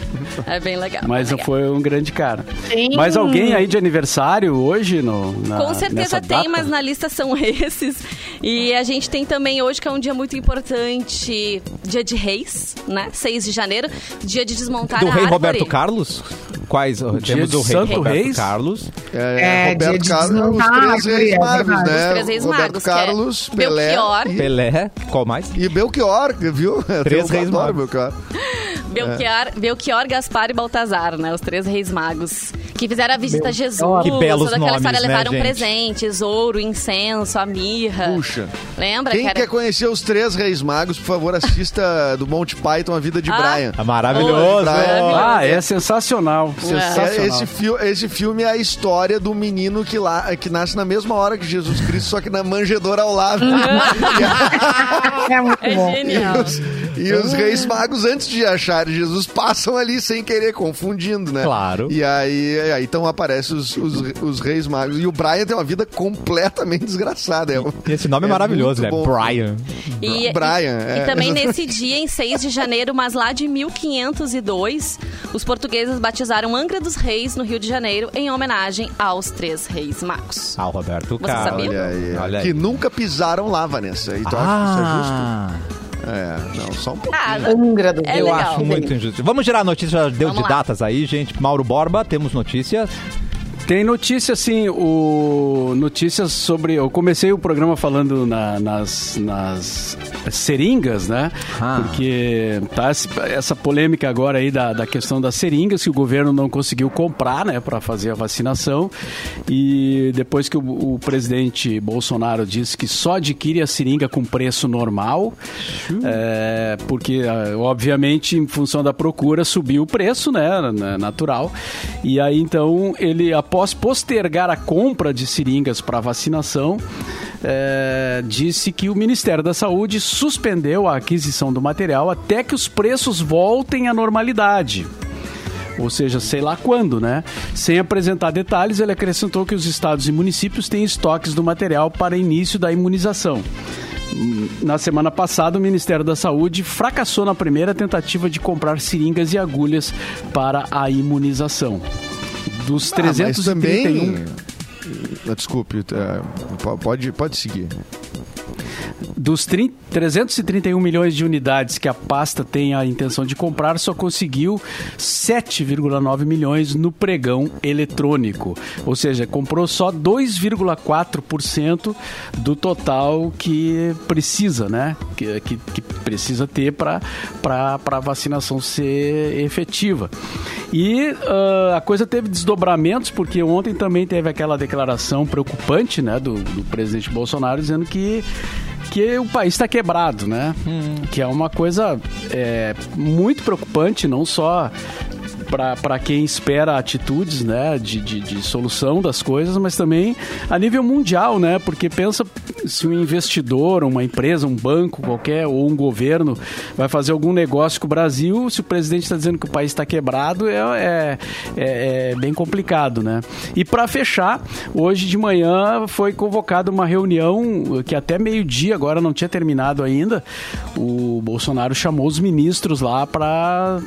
Speaker 4: É bem legal.
Speaker 3: Mas
Speaker 4: bem legal.
Speaker 3: foi um grande cara.
Speaker 2: Tem-
Speaker 3: Mas alguém aí de aniversário hoje no na-
Speaker 4: Com certeza
Speaker 3: nessa
Speaker 4: tem,
Speaker 3: data?
Speaker 4: mas na lista são esses. E a gente tem também hoje, que é um dia muito importante, dia de reis, né? 6 de janeiro, dia de desmontar
Speaker 1: Do
Speaker 4: a
Speaker 1: rei
Speaker 4: árvore.
Speaker 1: Roberto Carlos? Quais? Temos
Speaker 3: de
Speaker 1: o rei
Speaker 3: Santo
Speaker 1: Roberto
Speaker 3: Reis?
Speaker 1: Carlos.
Speaker 5: É,
Speaker 2: É,
Speaker 5: Roberto
Speaker 2: dia de
Speaker 5: Carlos, os
Speaker 2: desmontar a
Speaker 5: três
Speaker 2: árvore,
Speaker 5: reis
Speaker 2: é
Speaker 5: magos,
Speaker 2: verdade.
Speaker 5: né?
Speaker 4: Os três reis
Speaker 5: Roberto
Speaker 4: magos, que é
Speaker 5: Carlos, Pelé
Speaker 4: Belchior.
Speaker 5: e-
Speaker 1: Pelé. Qual mais?
Speaker 5: e Belchior, viu?
Speaker 1: Três
Speaker 5: Eu
Speaker 1: reis
Speaker 5: adoro
Speaker 1: magos.
Speaker 5: Belchior.
Speaker 4: Belchior, Belchior, Gaspar e Baltazar, né? Os três reis magos. Que fizeram a visita a Jesus.
Speaker 1: Que belos
Speaker 4: toda aquela história,
Speaker 1: nomes, né,
Speaker 4: levaram
Speaker 1: gente?
Speaker 4: presentes, ouro, incenso, a mirra.
Speaker 5: Puxa.
Speaker 4: Lembra?
Speaker 5: Quem
Speaker 4: É. que era-
Speaker 5: quer conhecer os três reis magos, por favor, assista do Monty Python A Vida de
Speaker 4: Ah.
Speaker 5: Brian.
Speaker 1: Ah, Maravilhoso.
Speaker 5: Maravilhoso.
Speaker 3: Ah, é sensacional,
Speaker 5: É,
Speaker 3: sensacional.
Speaker 5: esse, fil- esse filme é a história do menino que, lá, que nasce na mesma hora que Jesus Cristo, só que na manjedoura ao lado.
Speaker 2: é muito
Speaker 4: É
Speaker 2: bom.
Speaker 4: genial.
Speaker 5: E os reis magos, antes de acharem Jesus, passam ali sem querer, confundindo, né?
Speaker 1: Claro.
Speaker 5: E aí, aí, então aparecem os, os, os reis magos. E o Brian tem uma vida completamente desgraçada. É um-
Speaker 1: E Esse nome é,
Speaker 5: é
Speaker 1: maravilhoso, né?
Speaker 5: muito bom.
Speaker 1: Brian.
Speaker 4: E,
Speaker 5: Brian,
Speaker 4: e,
Speaker 5: é.
Speaker 4: e também nesse dia, em 6 de janeiro, mas lá de 1502, os portugueses batizaram Angra dos Reis, no Rio de Janeiro, em homenagem aos três reis magos.
Speaker 1: Ah, o Roberto
Speaker 4: Você
Speaker 1: Carlos.
Speaker 4: sabia?
Speaker 5: Olha aí.
Speaker 1: Olha aí.
Speaker 5: Que nunca pisaram lá, Vanessa. E tu acha é
Speaker 1: Ah,
Speaker 5: que isso é justo? É, não, só um pouco.
Speaker 4: Ah,
Speaker 2: Angra do
Speaker 4: É
Speaker 1: eu
Speaker 2: Reis.
Speaker 4: legal.
Speaker 1: acho muito injusto. Vamos gerar notícias, já deu
Speaker 4: Vamos
Speaker 1: de
Speaker 4: lá.
Speaker 1: datas aí, gente. Mauro Borba, temos notícias.
Speaker 3: Tem notícia, assim, o... notícias sobre... Eu comecei o programa falando na- nas, nas seringas, né?
Speaker 1: Ah.
Speaker 3: Porque tá esse- essa polêmica agora aí da, da questão das seringas, que o governo não conseguiu comprar, né? Pra fazer a vacinação. E depois que o, o presidente Bolsonaro disse que só adquire a seringa com um preço normal, é, porque, ah, obviamente, em função da procura, subiu o preço, né? na- Natural. E aí, então, ele, após postergar a compra de seringas para vacinação, é, disse que o Ministério da Saúde suspendeu a aquisição do material até que os preços voltem à normalidade ou seja, sei lá quando, né? Sem apresentar detalhes, ele acrescentou que os estados e municípios têm estoques do material para início da imunização. Hum, Na semana passada, o Ministério da Saúde fracassou na primeira tentativa de comprar seringas e agulhas para a imunização. Dos
Speaker 5: Ah, mas
Speaker 3: 331
Speaker 5: também... Ah, Desculpe, é, po- pode, pode seguir.
Speaker 3: Dos 30 331 milhões de unidades que a pasta tem a intenção de comprar, só conseguiu 7,9 milhões no pregão eletrônico. Ou seja, comprou só 2,4% do total que precisa, né? Que, que, que precisa ter para a vacinação ser efetiva. E ah, a coisa teve desdobramentos, porque ontem também teve aquela declaração preocupante né, do- do presidente Bolsonaro dizendo que que o país está quebrado, né? Que é uma coisa é, muito preocupante, não só para quem espera atitudes né, de, de, de solução das coisas, mas também a nível mundial, né? Porque pensa se um investidor, uma empresa, um banco qualquer ou um governo vai fazer algum negócio com o Brasil, se o presidente está dizendo que o país está quebrado, é, é, é- é bem complicado, né? E para fechar, tá? hoje de manhã foi convocada uma reunião eh, que até meio-dia agora não tinha terminado ainda. O Bolsonaro chamou os ministros lá para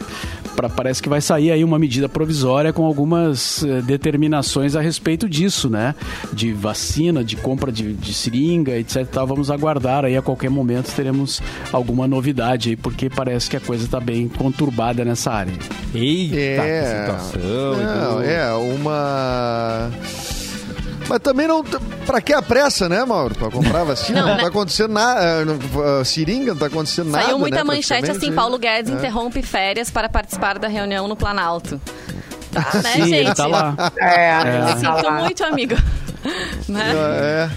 Speaker 3: Pra, parece que vai sair aí uma medida provisória com algumas eh, determinações a respeito disso, né? De vacina, de compra de, de seringa, etc. e tal. Vamos aguardar aí a qualquer momento teremos alguma novidade aí, porque parece que a coisa está bem conturbada nessa área.
Speaker 1: Eita,
Speaker 5: É.
Speaker 1: que situação.
Speaker 5: Não,
Speaker 1: Edu.
Speaker 5: é uma. Mas também não. Pra que a pressa, né, Mauro? Pra comprar vacina? Não,
Speaker 4: Não, né?
Speaker 5: tá acontecendo nada. Seringa, não tá acontecendo nada.
Speaker 4: Saiu muita
Speaker 5: né,
Speaker 4: manchete
Speaker 5: praticamente,
Speaker 4: assim,
Speaker 5: né?
Speaker 4: Paulo Guedes
Speaker 5: É.
Speaker 4: interrompe férias para participar da reunião no Planalto. Tá, né, gente?
Speaker 3: tá lá.
Speaker 2: É,
Speaker 3: É.
Speaker 2: tá
Speaker 4: Sinto
Speaker 2: lá.
Speaker 4: muito, amigo. Né?
Speaker 5: É.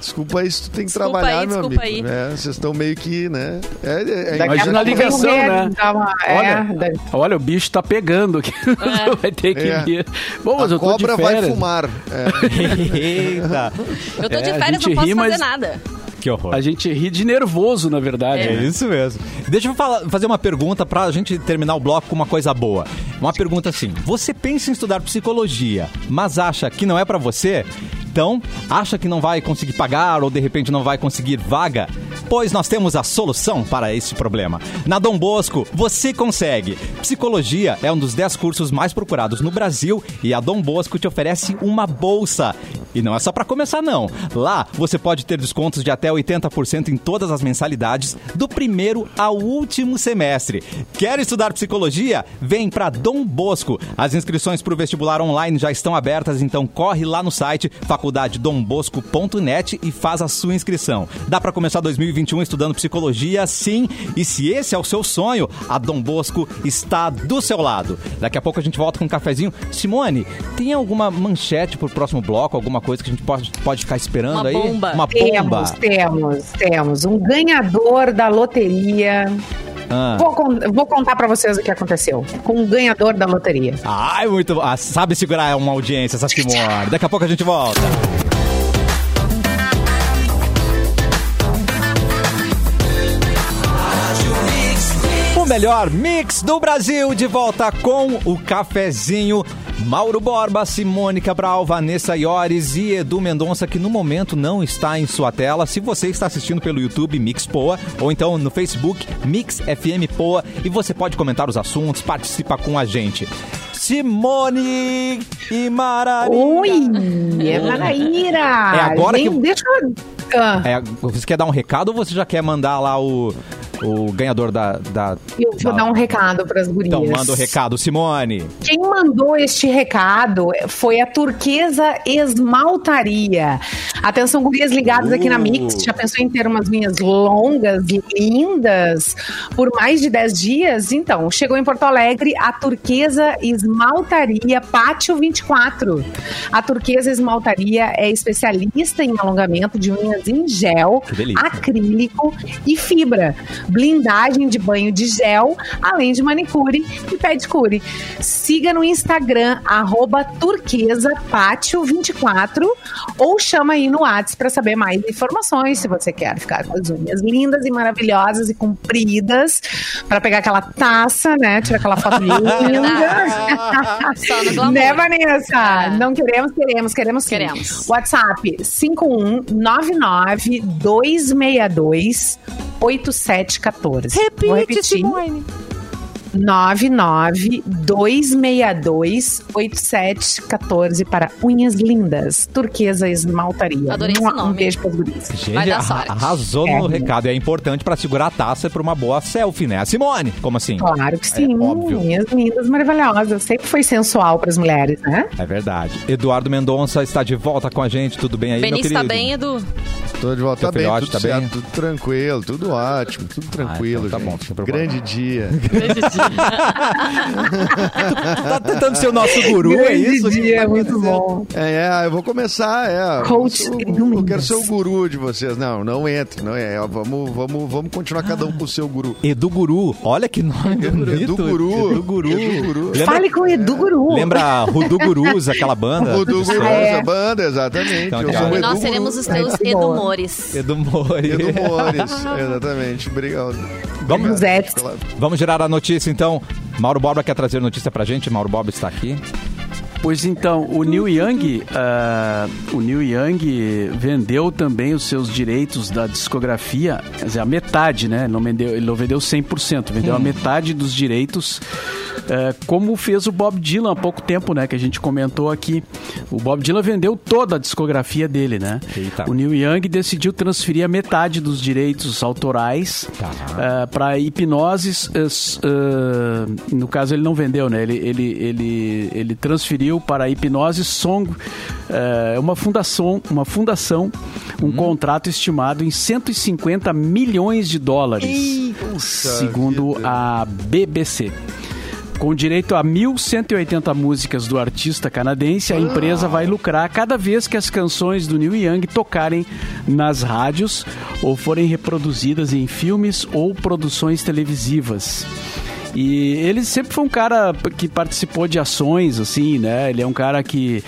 Speaker 5: Desculpa aí se tu tem que
Speaker 4: Desculpa
Speaker 5: trabalhar,
Speaker 4: aí,
Speaker 5: meu amigo.
Speaker 4: desculpa aí.
Speaker 5: É, vocês estão meio que, né? É, é, é,
Speaker 2: Daqui a
Speaker 5: imagina-
Speaker 3: Imagina a
Speaker 2: pouco
Speaker 3: ligação,
Speaker 2: vem o
Speaker 3: né?
Speaker 2: Guedes, dá uma- um é, da-
Speaker 3: Olha, olha, o bicho tá pegando aqui. vai ter que
Speaker 5: É.
Speaker 3: vir. Bom, mas
Speaker 5: a
Speaker 3: eu tô
Speaker 5: cobra
Speaker 3: de
Speaker 5: vai
Speaker 3: férias.
Speaker 5: fumar. É.
Speaker 1: Eita,
Speaker 4: Eu tô
Speaker 3: É,
Speaker 4: de
Speaker 3: a
Speaker 4: férias,
Speaker 3: gente
Speaker 4: não posso
Speaker 3: ri,
Speaker 4: fazer
Speaker 3: mas-
Speaker 4: nada.
Speaker 1: que horror.
Speaker 3: A gente ri de nervoso, na verdade.
Speaker 1: É
Speaker 3: né?
Speaker 1: isso mesmo. Deixa eu falar- fazer uma pergunta pra gente terminar o bloco com uma coisa boa. Uma pergunta assim: você pensa em estudar psicologia, mas acha que não é pra você? Então, acha que não vai conseguir pagar ou de repente não vai conseguir vaga? Pois nós temos a solução para esse problema. Na Dom Bosco, você consegue. Psicologia é um dos 10 cursos mais procurados no Brasil e a Dom Bosco te oferece uma bolsa. E não é só para começar, não. Lá você pode ter descontos de até 80% em todas as mensalidades, do primeiro ao último semestre. Quer estudar psicologia? Vem para Dom Bosco. As inscrições para o vestibular online já estão abertas, então corre lá no site faculdadedombosco.net e faz a sua inscrição. Dá para começar 2021 estudando psicologia, sim. E se esse é o seu sonho, a Dom Bosco está do seu lado. Daqui a pouco a gente volta com um cafezinho. Simone, tem alguma manchete pro próximo bloco? Alguma coisa que a gente pode, pode ficar esperando
Speaker 4: Uma
Speaker 1: aí?
Speaker 4: bomba.
Speaker 1: Uma bomba.
Speaker 2: Temos, temos, temos. Um ganhador da loteria.
Speaker 1: Ah.
Speaker 2: Vou, con- vou contar pra vocês o que aconteceu com um ganhador da loteria.
Speaker 1: Ai, muito bom. Ah, sabe segurar uma audiência, essa Simone. Daqui a pouco a gente volta. O melhor mix do Brasil, de volta com o cafezinho. Mauro Borba, Simone Cabral, Vanessa Iores e Edu Mendonça, que no momento não está em sua tela. Se você está assistindo pelo YouTube Mix Poa, ou então no Facebook Mix FM Poa, e você pode comentar os assuntos, participa com a gente. Simone e Marari.
Speaker 2: Oi, é Maraíra.
Speaker 1: É agora
Speaker 2: Gente,
Speaker 1: que-
Speaker 2: Deixa eu... Ah,
Speaker 1: É, você quer dar um recado ou você já quer mandar lá o, o ganhador da. da
Speaker 2: Eu vou
Speaker 1: da-
Speaker 2: dar um recado para as gurias.
Speaker 1: Então manda o recado, Simone.
Speaker 2: Quem mandou este recado foi a Turquesa Esmaltaria. Atenção, gurias ligadas aqui na Mix.
Speaker 1: Uh.
Speaker 2: Já pensou em ter umas unhas longas, lindas, por mais de 10 dias? Então, chegou em Porto Alegre a Turquesa Esmaltaria Pátio 24. A Turquesa Esmaltaria é especialista em alongamento de unhas em gel,
Speaker 1: Que delícia.
Speaker 2: acrílico e fibra. Blindagem de banho de gel, além de manicure e pedicure. Siga no Instagram, arroba turquesapátio24 ou chama aí no WhatsApp para saber mais informações se você quer ficar com as unhas lindas e maravilhosas e compridas para pegar aquela taça, né? Tirar aquela foto linda.
Speaker 4: Tá. Só no glamour.
Speaker 2: Né, Vanessa?
Speaker 4: É.
Speaker 2: Não queremos, queremos, queremos sim.
Speaker 4: Queremos.
Speaker 2: WhatsApp 5199262 8714. Vou repetir. 992628714 para Unhas Lindas, Turquesa Esmaltaria.
Speaker 4: Adorei esse
Speaker 2: Mua, Um
Speaker 4: nome.
Speaker 2: beijo para as gurias.
Speaker 4: Vai
Speaker 1: Gente,
Speaker 4: dar
Speaker 1: arra-
Speaker 4: sorte.
Speaker 1: arrasou
Speaker 2: É.
Speaker 1: no recado. É importante pra segurar a taça pra uma boa selfie, né? Simone, como assim?
Speaker 2: Claro que sim,
Speaker 1: óbvio.
Speaker 2: unhas lindas, maravilhosas. Sempre foi sensual para as mulheres, né?
Speaker 1: É verdade. Eduardo Mendonça está de volta com a gente. Tudo bem aí, meu
Speaker 4: Benício
Speaker 1: querido?
Speaker 4: tá bem, Edu?
Speaker 5: Tô de volta.
Speaker 1: Teu
Speaker 5: Tá bem,
Speaker 1: filhote
Speaker 5: tudo
Speaker 1: tá
Speaker 5: certo,
Speaker 1: bem?
Speaker 5: tudo tranquilo, tudo ótimo, tudo tranquilo.
Speaker 1: então tá
Speaker 5: gente.
Speaker 1: bom, sem problema.
Speaker 5: Grande dia.
Speaker 1: Tá tentando ser o nosso guru, é
Speaker 2: Grande
Speaker 1: isso?
Speaker 2: dia, muito bom.
Speaker 5: É, é, eu vou começar, é.
Speaker 2: Coach
Speaker 5: eu, sou- eu
Speaker 2: Domingos.
Speaker 5: quero ser o guru de vocês. Não, não entre, não é. é, Vamos, vamos, vamos continuar cada um com o seu guru.
Speaker 1: Edu Guru. Olha que nome bonito.
Speaker 5: Edu Guru.
Speaker 1: Edu É Guru. É
Speaker 5: Edu Guru.
Speaker 1: Lembra,
Speaker 2: Fale com o Edu Guru.
Speaker 1: lembra Rudu Gurus, aquela banda?
Speaker 5: O do
Speaker 1: de
Speaker 5: guru
Speaker 1: samba?
Speaker 2: É.
Speaker 5: da banda, exatamente.
Speaker 1: Então,
Speaker 5: eu
Speaker 1: cara.
Speaker 5: sou o Edu
Speaker 4: Nós
Speaker 5: Guru.
Speaker 4: teremos os teus
Speaker 2: Ai, que boa.
Speaker 4: edumores.
Speaker 1: Edu Mori.
Speaker 5: Edu Mores, exatamente. Obrigado.
Speaker 1: Vamos-
Speaker 5: Obrigado
Speaker 2: Zé.
Speaker 5: pela-
Speaker 1: Vamos girar a notícia, então. Mauro Borba quer trazer notícia pra gente. Mauro Borba está aqui.
Speaker 3: Pois então, o Neil Young, ah, o Neil Young vendeu também os seus direitos da discografia, quer dizer, a metade, né? Ele não vendeu, ele não vendeu 100%, vendeu
Speaker 1: Hum.
Speaker 3: a metade dos direitos, ah, como fez o Bob Dylan há pouco tempo, né? Que a gente comentou aqui. O Bob Dylan vendeu toda a discografia dele, né?
Speaker 1: Eita.
Speaker 3: O Neil Young decidiu transferir a metade dos direitos autorais
Speaker 1: Tá.
Speaker 3: para hipnoses. eh, s- eh, no caso, ele não vendeu, né? Ele, ele, ele, ele transferiu para a Hipnose Song, eh, é uma fundação, uma fundação, um contrato estimado em 150 milhões de dólares, segundo
Speaker 5: vida.
Speaker 3: a BBC. Com direito a 1.180 músicas do artista canadense, a empresa vai lucrar cada vez que as canções do Neil Young tocarem nas rádios ou forem reproduzidas em filmes ou produções televisivas. E ele sempre foi um cara que participou de ações, assim, né? Ele é um cara que,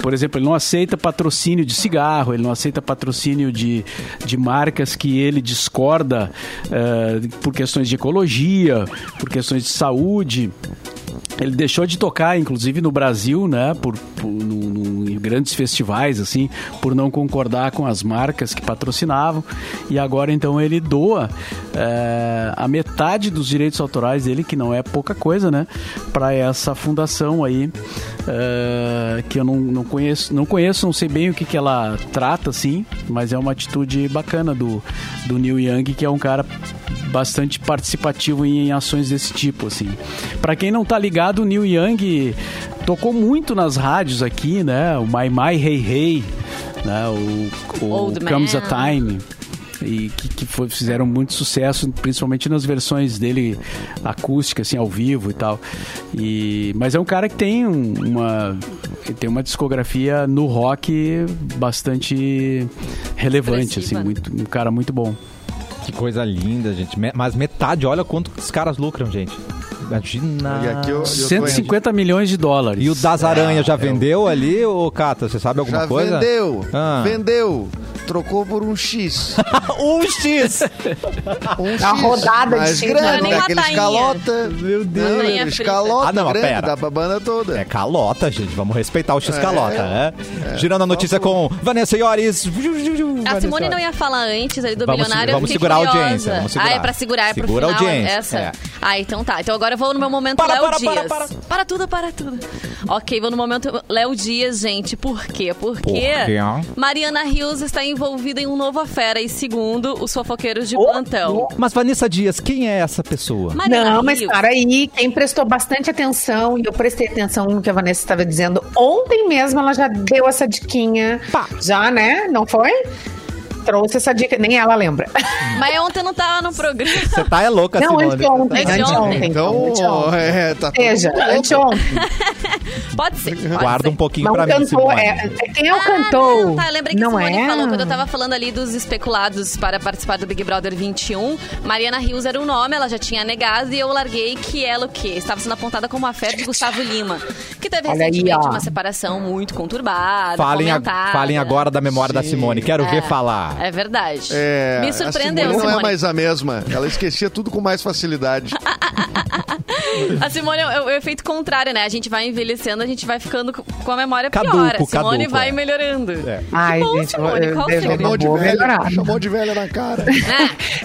Speaker 3: por exemplo, ele não aceita patrocínio de cigarro, ele não aceita patrocínio de, de marcas que ele discorda eh, por questões de ecologia, por questões de saúde. Ele deixou de tocar, inclusive no Brasil, né? Por, por- no- no- em grandes festivais, assim, por não concordar com as marcas que patrocinavam. E agora, então, ele doa eh, a metade dos direitos autorais dele, que não é pouca coisa, né? Para essa fundação aí, eh, que eu não, não conheço, não conheço, não sei bem o que, que ela trata, assim, mas é uma atitude bacana do, do Neil Young, que é um cara bastante participativo em, em ações desse tipo, assim. Para quem não tá ligado, o Neil Young tocou muito nas rádios aqui, né? O My My Hey Hey, né? O, o
Speaker 4: Old
Speaker 3: Comes a
Speaker 4: Man.
Speaker 3: Time. E que, que foi- fizeram muito sucesso, principalmente nas versões dele acústica, assim, ao vivo e tal. E, mas é um cara que tem um- uma, que tem uma discografia no rock bastante relevante,
Speaker 4: Expressiva,
Speaker 3: assim,
Speaker 4: né?
Speaker 3: muito, um cara muito bom.
Speaker 1: Que coisa linda, gente. Me- Mas metade, olha quanto os caras lucram, gente. Imagina.
Speaker 5: E aqui eu- eu tô
Speaker 3: 150 milhões de dólares.
Speaker 1: E o das aranhas já vendeu ali, ô Cata? Você sabe alguma
Speaker 5: um Já
Speaker 1: coisa?
Speaker 5: vendeu,
Speaker 1: Ah.
Speaker 5: vendeu, trocou por um X.
Speaker 1: um X!
Speaker 5: Um X,
Speaker 2: Uma rodada de
Speaker 5: mais
Speaker 2: X,
Speaker 4: né?
Speaker 5: grande,
Speaker 4: Nem
Speaker 5: daqueles
Speaker 4: latainha.
Speaker 5: calota. Meu
Speaker 4: Deus. Latainha frita.
Speaker 5: calota
Speaker 1: Ah, não, mas
Speaker 5: grande,
Speaker 1: pera.
Speaker 5: da babana toda.
Speaker 1: É calota, gente. Vamos respeitar o X
Speaker 5: É,
Speaker 1: calota, né? Girando a notícia com Vanessa Iores.
Speaker 4: A
Speaker 1: Vanessa
Speaker 4: Simone não
Speaker 1: Iores.
Speaker 4: ia falar antes ali do
Speaker 1: Vamos
Speaker 4: bilionário.
Speaker 1: se-
Speaker 4: eu
Speaker 1: vamos
Speaker 4: fiquei
Speaker 1: segurar a
Speaker 4: curiosa.
Speaker 1: audiência, vamos segurar.
Speaker 4: Ah, é pra segurar, é pro
Speaker 1: Segura a
Speaker 4: final,
Speaker 1: audiência,
Speaker 4: Essa?
Speaker 1: é.
Speaker 4: Ah, então tá. Então agora eu vou no meu momento
Speaker 1: Para,
Speaker 4: Léo
Speaker 1: para, para,
Speaker 4: Dias.
Speaker 1: para.
Speaker 4: tudo, para tudo. Ok, vou no momento Léo Dias, gente. Por quê? Porque
Speaker 1: Por quê?
Speaker 4: Mariana Rios está envolvida em um novo afera e segundo os fofoqueiros de plantão.
Speaker 1: Mas Vanessa Dias, quem é essa pessoa?
Speaker 4: Marina
Speaker 2: Não, mas
Speaker 4: Rios.
Speaker 2: para aí, quem prestou bastante atenção, e eu prestei atenção no que a Vanessa estava dizendo, ontem mesmo ela já deu essa diquinha.
Speaker 1: Pá.
Speaker 2: Já, né? Não foi? Trouxe essa dica, nem ela lembra.
Speaker 4: Mas ontem eu não tava no programa.
Speaker 1: Você tá é louca,
Speaker 2: Não,
Speaker 1: Simone.
Speaker 2: anteontem,
Speaker 4: Anteontem.
Speaker 2: anteontem.
Speaker 5: Então,
Speaker 2: anteontem.
Speaker 4: né?
Speaker 5: é, tá todo
Speaker 2: Seja,
Speaker 5: mundo louco.
Speaker 2: anteontem.
Speaker 4: Pode ser. pode
Speaker 1: Guarda
Speaker 4: ser.
Speaker 1: um pouquinho
Speaker 2: Mas
Speaker 1: pra
Speaker 2: o
Speaker 1: mim,
Speaker 2: cantor
Speaker 1: Simone.
Speaker 2: é, é quem é o
Speaker 4: Ah,
Speaker 2: cantor?
Speaker 4: não, tá, eu lembrei que
Speaker 2: não
Speaker 4: a Simone
Speaker 2: é?
Speaker 4: falou quando eu tava falando ali dos especulados para participar do Big Brother 21. Mariana Rios era o nome, ela já tinha negado e eu larguei que ela o quê? Estava sendo apontada como a fé de Gustavo Lima, que teve
Speaker 2: Olha aí,
Speaker 4: recentemente
Speaker 2: ó.
Speaker 4: uma separação muito conturbada,
Speaker 1: Falem, a-
Speaker 4: comentada. né?
Speaker 1: falem agora da memória da
Speaker 5: Sim.
Speaker 1: Simone. Quero ver falar.
Speaker 4: É verdade.
Speaker 5: É,
Speaker 4: Me
Speaker 5: a
Speaker 4: surpreendeu,
Speaker 5: Simone. não é
Speaker 4: Simone. Ah,
Speaker 5: mais a mesma. Ela esquecia tudo com mais facilidade.
Speaker 4: A Simone é o, é o efeito contrário, né? A gente vai envelhecendo, a gente vai ficando co- com a memória
Speaker 1: Caduco,
Speaker 4: pior. A Simone
Speaker 1: caduco,
Speaker 4: vai
Speaker 1: é.
Speaker 4: melhorando.
Speaker 1: É.
Speaker 2: Ai,
Speaker 4: Que bom,
Speaker 2: gente, eu,
Speaker 4: Simone,
Speaker 2: eu,
Speaker 4: qual o
Speaker 2: eu,
Speaker 4: segredo?
Speaker 5: Chamou de
Speaker 2: boa
Speaker 5: velha,
Speaker 2: melhorada.
Speaker 5: chamou de velha na cara.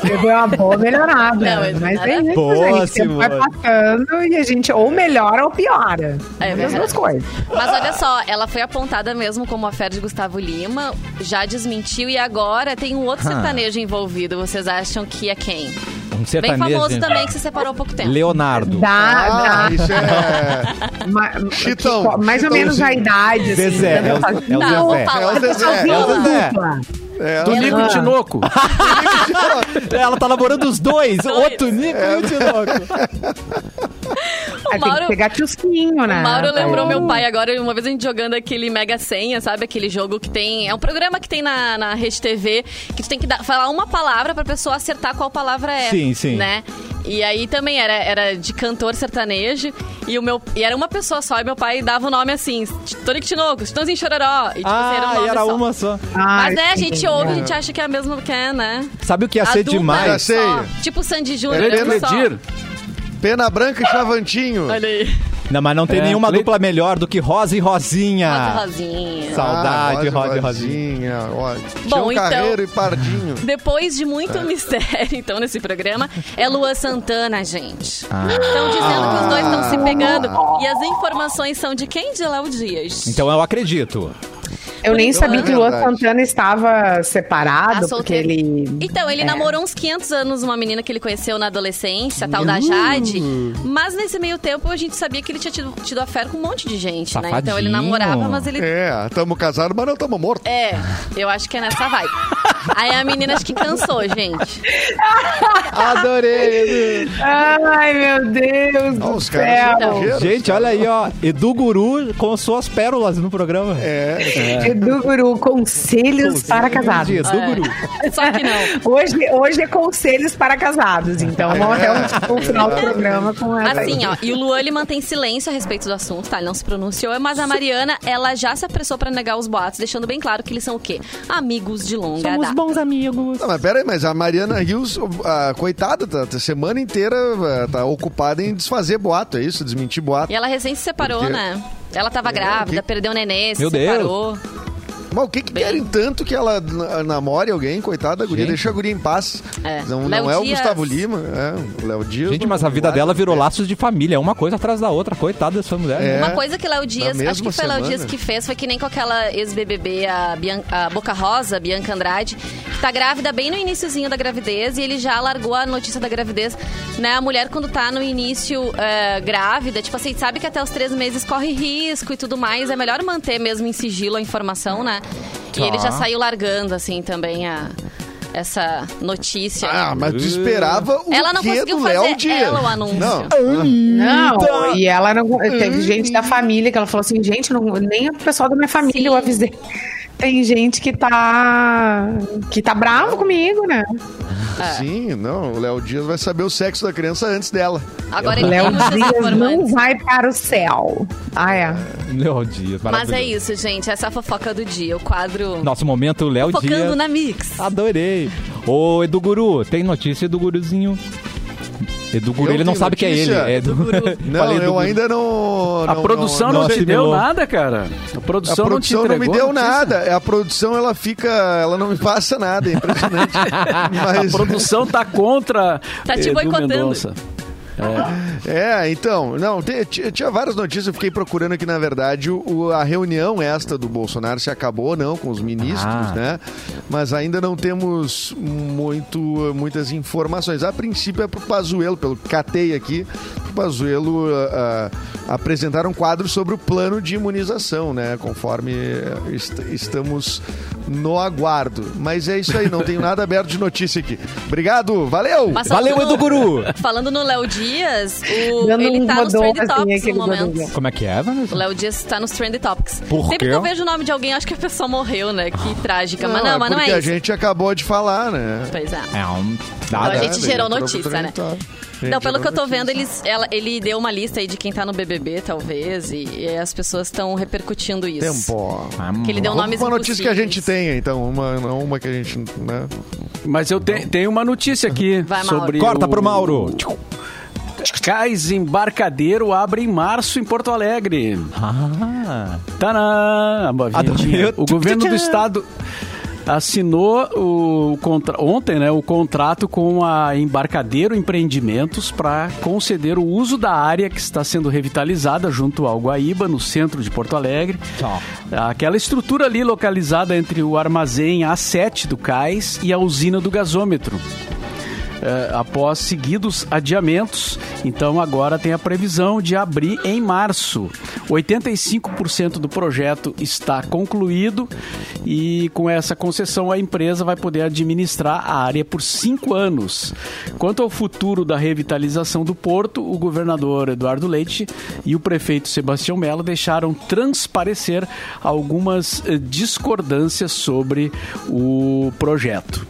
Speaker 2: Eu dei uma boa melhorada.
Speaker 4: Não, é
Speaker 2: mas é
Speaker 4: maravilhoso.
Speaker 2: isso,
Speaker 1: Boa,
Speaker 2: gente. O tempo vai
Speaker 1: Simone.
Speaker 2: passando e a gente ou melhora ou piora.
Speaker 4: É
Speaker 2: As duas
Speaker 4: verdade.
Speaker 2: coisas.
Speaker 4: Mas olha só, ela foi apontada mesmo como a fera de Gustavo Lima, já desmentiu e agora tem um outro
Speaker 1: Ah.
Speaker 4: sertanejo envolvido. Vocês acham que é quem?
Speaker 1: Um
Speaker 4: Bem
Speaker 1: sertanejo.
Speaker 4: famoso
Speaker 1: gente.
Speaker 4: também, que se separou há pouco tempo.
Speaker 1: Leonardo.
Speaker 2: Dá,
Speaker 5: Ah,
Speaker 2: dá.
Speaker 5: isso é.
Speaker 2: Ma-
Speaker 5: Chitão,
Speaker 2: tipo, mais ou
Speaker 5: Chitãozinho.
Speaker 2: menos a idade. Assim,
Speaker 1: Zezé, é o-
Speaker 2: entendeu?
Speaker 1: é o
Speaker 4: Não,
Speaker 1: Zezé.
Speaker 4: vou falar.
Speaker 5: É o Zezé,
Speaker 2: Só vi
Speaker 1: é o
Speaker 2: uma
Speaker 1: Zezé.
Speaker 2: dupla.
Speaker 5: é
Speaker 3: Tonico
Speaker 2: Ah.
Speaker 3: e Tinoco.
Speaker 1: Ela tá namorando os dois, o Tunico e o
Speaker 4: Tipo,
Speaker 1: Tinoco.
Speaker 2: Aí É, Tem que
Speaker 4: Mauro-
Speaker 2: pegar tiosquinho,
Speaker 1: Ah,
Speaker 2: né?
Speaker 4: O
Speaker 1: tá
Speaker 4: Mauro lembrou
Speaker 2: Aí-
Speaker 4: meu pai agora, uma vez a gente jogando aquele Mega Senha, sabe? Aquele jogo que tem. É um programa que tem na, na Rede TV que tu tem que dar- falar uma palavra pra pessoa acertar qual palavra é.
Speaker 1: Sim, sim.
Speaker 4: Né? E aí também era, era de cantor sertanejo e o meu e era uma pessoa só e meu pai dava o nome assim, Tonico Tinoco, Chitãozinho Chororó. E tipo, assim, era um
Speaker 1: Ah,
Speaker 4: nome
Speaker 1: era
Speaker 4: só.
Speaker 1: uma só.
Speaker 2: Ai,
Speaker 4: Mas né, a gente
Speaker 2: entendi.
Speaker 4: ouve, a gente acha que é a mesma que é, né?
Speaker 1: Sabe o que ia
Speaker 4: A
Speaker 1: ser
Speaker 4: dupla
Speaker 1: demais?
Speaker 4: era
Speaker 5: Já sei.
Speaker 4: só. Tipo Sandy Júnior,
Speaker 5: Helena
Speaker 4: era um só.
Speaker 3: Ledir.
Speaker 5: Pena branca e chavantinho.
Speaker 4: Olha aí.
Speaker 1: Não, mas não tem
Speaker 3: É,
Speaker 1: nenhuma
Speaker 3: Cle-
Speaker 1: dupla melhor do que Rosa e Rosinha.
Speaker 4: Rosa Rosinha.
Speaker 1: Saudade, Rosa e Rosinha.
Speaker 5: Rosinha. Ah, ó. Tião
Speaker 4: Bom, então-
Speaker 5: Carreiro e Pardinho.
Speaker 4: Depois de
Speaker 1: É.
Speaker 4: muito mistério, então, nesse programa, é Luan Santana, gente.
Speaker 1: Ah.
Speaker 4: Estão dizendo que os dois estão se pegando. E as informações são de quem? De Léo Dias.
Speaker 1: Então eu acredito.
Speaker 2: Eu nem
Speaker 5: Então,
Speaker 2: sabia
Speaker 5: é
Speaker 2: que o Luan
Speaker 5: verdade.
Speaker 2: Santana estava separado, porque
Speaker 4: A solteira-
Speaker 2: Ah, ele.
Speaker 4: Ah, Então,
Speaker 1: É.
Speaker 4: ele namorou uns 500 anos uma menina que ele conheceu na adolescência, a tal
Speaker 1: Hum.
Speaker 4: da Jade. Mas nesse meio tempo, a gente sabia que ele tinha tido, tido affair com um monte de gente, né? Então, ele
Speaker 1: Safadinho.
Speaker 4: namorava, mas ele
Speaker 5: É, tamo casados, mas não tamo mortos.
Speaker 4: É, eu acho que é nessa vibe. Aí a menina acho que cansou, gente.
Speaker 5: Adorei.
Speaker 2: Ai, meu Deus
Speaker 5: Ó,
Speaker 2: do
Speaker 5: os caras
Speaker 2: céu.
Speaker 5: são ligeiros.
Speaker 1: Gente, olha aí, ó. Edu Guru com suas pérolas no programa.
Speaker 5: É,
Speaker 2: Edu Guru, conselhos para casados.
Speaker 1: Edu Guru.
Speaker 4: Só que não.
Speaker 2: Hoje, hoje é conselhos para casados, então
Speaker 1: É.
Speaker 2: vamos até o, o final do programa com essa. aí.
Speaker 4: Assim, ó, e o Luan ele mantém silêncio a respeito do assunto, tá? Ele não se pronunciou, mas a Mariana, ela já se apressou pra negar os boatos, deixando bem claro que eles são o quê? Amigos de longa data.
Speaker 1: amigos.
Speaker 5: Não, mas peraí, mas a Mariana Rios, a, coitada, tá, tá semana inteira ah, tá ocupada em desfazer boato, é isso? Desmentir boato.
Speaker 4: E ela recém se separou,
Speaker 5: Por quê?
Speaker 4: né? Ela tava grávida,
Speaker 5: que-
Speaker 4: perdeu o nenê, se
Speaker 1: Meu Deus.
Speaker 4: separou.
Speaker 5: Mas o que, que querem tanto que ela n- namore alguém, coitada da guria?
Speaker 1: Gente.
Speaker 5: Deixa a guria em paz.
Speaker 4: É.
Speaker 5: Não,
Speaker 4: Léo
Speaker 5: não é o
Speaker 4: Dias.
Speaker 5: Gustavo Lima, é o Léo Dias.
Speaker 1: Gente,
Speaker 5: não-
Speaker 1: mas a vida
Speaker 5: não é.
Speaker 1: dela virou laços de família. É uma coisa atrás da outra. Coitada dessa mulher.
Speaker 5: É.
Speaker 4: Uma coisa que Léo Dias, acho
Speaker 5: mesma
Speaker 4: que foi Léo
Speaker 5: semana.
Speaker 4: Dias que fez, foi que nem com aquela ex-BBB, a, Bian- a Boca Rosa, Bianca Andrade, que tá grávida bem no iniciozinho da gravidez e ele já largou a notícia da gravidez, né? A mulher quando tá no início eh, grávida, tipo assim, sabe que até os três meses corre risco e tudo mais, é melhor manter mesmo em sigilo a informação, né? E ele
Speaker 5: Tá.
Speaker 4: já saiu largando, assim, também a... Essa notícia.
Speaker 5: Ah, mas tu esperava o
Speaker 4: Ela não
Speaker 5: quê
Speaker 4: conseguiu
Speaker 5: do
Speaker 4: fazer
Speaker 5: Léo Dias?
Speaker 4: ela o anúncio.
Speaker 5: Não.
Speaker 2: Não, e ela não. Teve gente da família que ela falou assim: gente, não, nem o pessoal da minha família
Speaker 4: Sim.
Speaker 2: eu avisei. Tem gente que tá. que tá bravo comigo, né?
Speaker 5: Ah,
Speaker 4: É.
Speaker 5: Sim, não, o Léo Dias vai saber o sexo da criança antes dela.
Speaker 4: Agora ele
Speaker 2: Léo
Speaker 4: tem muitas
Speaker 2: Dias
Speaker 4: informantes.
Speaker 2: é um não vai para o céu. Ah, é.
Speaker 1: Léo Dias,
Speaker 4: Mas
Speaker 1: maravilhoso.
Speaker 4: é isso, gente. Essa é a fofoca do dia. O quadro
Speaker 1: Nosso momento, Léo
Speaker 4: focando
Speaker 1: Dias.
Speaker 4: na Mix.
Speaker 1: Adorei. Ô, Edu Guru, tem notícia do Guruzinho? Edu Guru,
Speaker 5: Eu
Speaker 1: ele não
Speaker 5: tenho
Speaker 1: sabe que é ele.
Speaker 5: notícia?
Speaker 1: É Edu...
Speaker 5: Não,
Speaker 1: Falei Edu
Speaker 5: eu
Speaker 1: Guru.
Speaker 5: ainda não.
Speaker 3: A
Speaker 5: não-
Speaker 3: produção não,
Speaker 1: não
Speaker 3: te
Speaker 1: assimilou.
Speaker 3: deu nada, cara. A
Speaker 5: A
Speaker 3: produção,
Speaker 5: produção
Speaker 3: não te
Speaker 5: não,
Speaker 3: entregou
Speaker 5: me deu
Speaker 3: notícia?
Speaker 5: nada. A produção, ela fica. Ela não me passa nada, é impressionante.
Speaker 3: A
Speaker 5: Mas.
Speaker 3: produção tá contra
Speaker 4: Tá te
Speaker 3: Edu
Speaker 4: boicotando.
Speaker 3: Mendonça.
Speaker 5: É, então, não, te- ti- eu tinha várias notícias, eu fiquei procurando aqui, na verdade, o- o- a reunião esta do Bolsonaro se acabou ou não com os ministros,
Speaker 1: Ah.
Speaker 5: né? Mas ainda não temos muito, muitas informações. A princípio é pro Pazuello, pelo que catei aqui, o Pazuello ah, ah, apresentar um quadro sobre o plano de imunização, né? Conforme eh, est- estamos no aguardo. Mas é isso aí, não tenho nada aberto de notícia aqui. Obrigado, valeu!
Speaker 4: Mas
Speaker 1: Valeu,
Speaker 4: falando no-
Speaker 1: Edu Guru!
Speaker 4: Falando no Léo Dias, o-
Speaker 2: Dando
Speaker 4: ele
Speaker 2: um
Speaker 4: tá nos
Speaker 2: rodão,
Speaker 4: Trend
Speaker 2: assim,
Speaker 4: Topics no
Speaker 2: aquele
Speaker 4: momento.
Speaker 2: rodão.
Speaker 1: Como é que é,
Speaker 4: O
Speaker 1: Vanessa?
Speaker 4: Léo Dias tá nos Trend Topics.
Speaker 1: Por
Speaker 4: Sempre
Speaker 1: quê?
Speaker 4: que eu vejo o nome de alguém, acho que a pessoa morreu, né? Que trágica. mas não, mas não
Speaker 5: Ah, porque
Speaker 4: é
Speaker 5: a
Speaker 4: isso.
Speaker 5: gente acabou de falar, né?
Speaker 4: Pois é.
Speaker 1: É um...
Speaker 4: A
Speaker 1: Nada.
Speaker 4: gente gerou notícia, né? Não, pelo que eu tô vendo,
Speaker 5: ele
Speaker 4: eles, ela- ele deu uma lista aí de quem tá no BBB, talvez, e, e as pessoas estão repercutindo isso.
Speaker 5: Tempo.
Speaker 4: Que ele deu
Speaker 5: Uma
Speaker 4: nomes
Speaker 5: notícia que a gente
Speaker 4: impossíveis.
Speaker 5: tenha, então. Uma, não uma que a gente. Né?
Speaker 3: Mas eu te- tenho uma notícia aqui
Speaker 4: Vai, Mauro.
Speaker 3: sobre.
Speaker 1: Corta
Speaker 3: o-
Speaker 1: pro Mauro.
Speaker 3: Cais Embarcadeiro abre em março em Porto Alegre.
Speaker 1: Ah,
Speaker 3: Tadã! Uma vinhetinha.
Speaker 1: Adorei.
Speaker 3: O governo do estado assinou o contra... ontem né, o contrato com a Embarcadeiro Empreendimentos para conceder o uso da área que está sendo revitalizada junto ao Guaíba, no centro de Porto Alegre.
Speaker 1: Tá.
Speaker 3: Aquela estrutura ali localizada entre o armazém A7 do cais e a usina do gasômetro. É, após seguidos adiamentos. Então agora tem a previsão de abrir em março. 85% do projeto está concluído e com essa concessão a empresa vai poder administrar a área por cinco anos. Quanto ao futuro da revitalização do porto, o governador Eduardo Leite e o prefeito Sebastião Melo deixaram transparecer algumas eh, discordâncias sobre o projeto.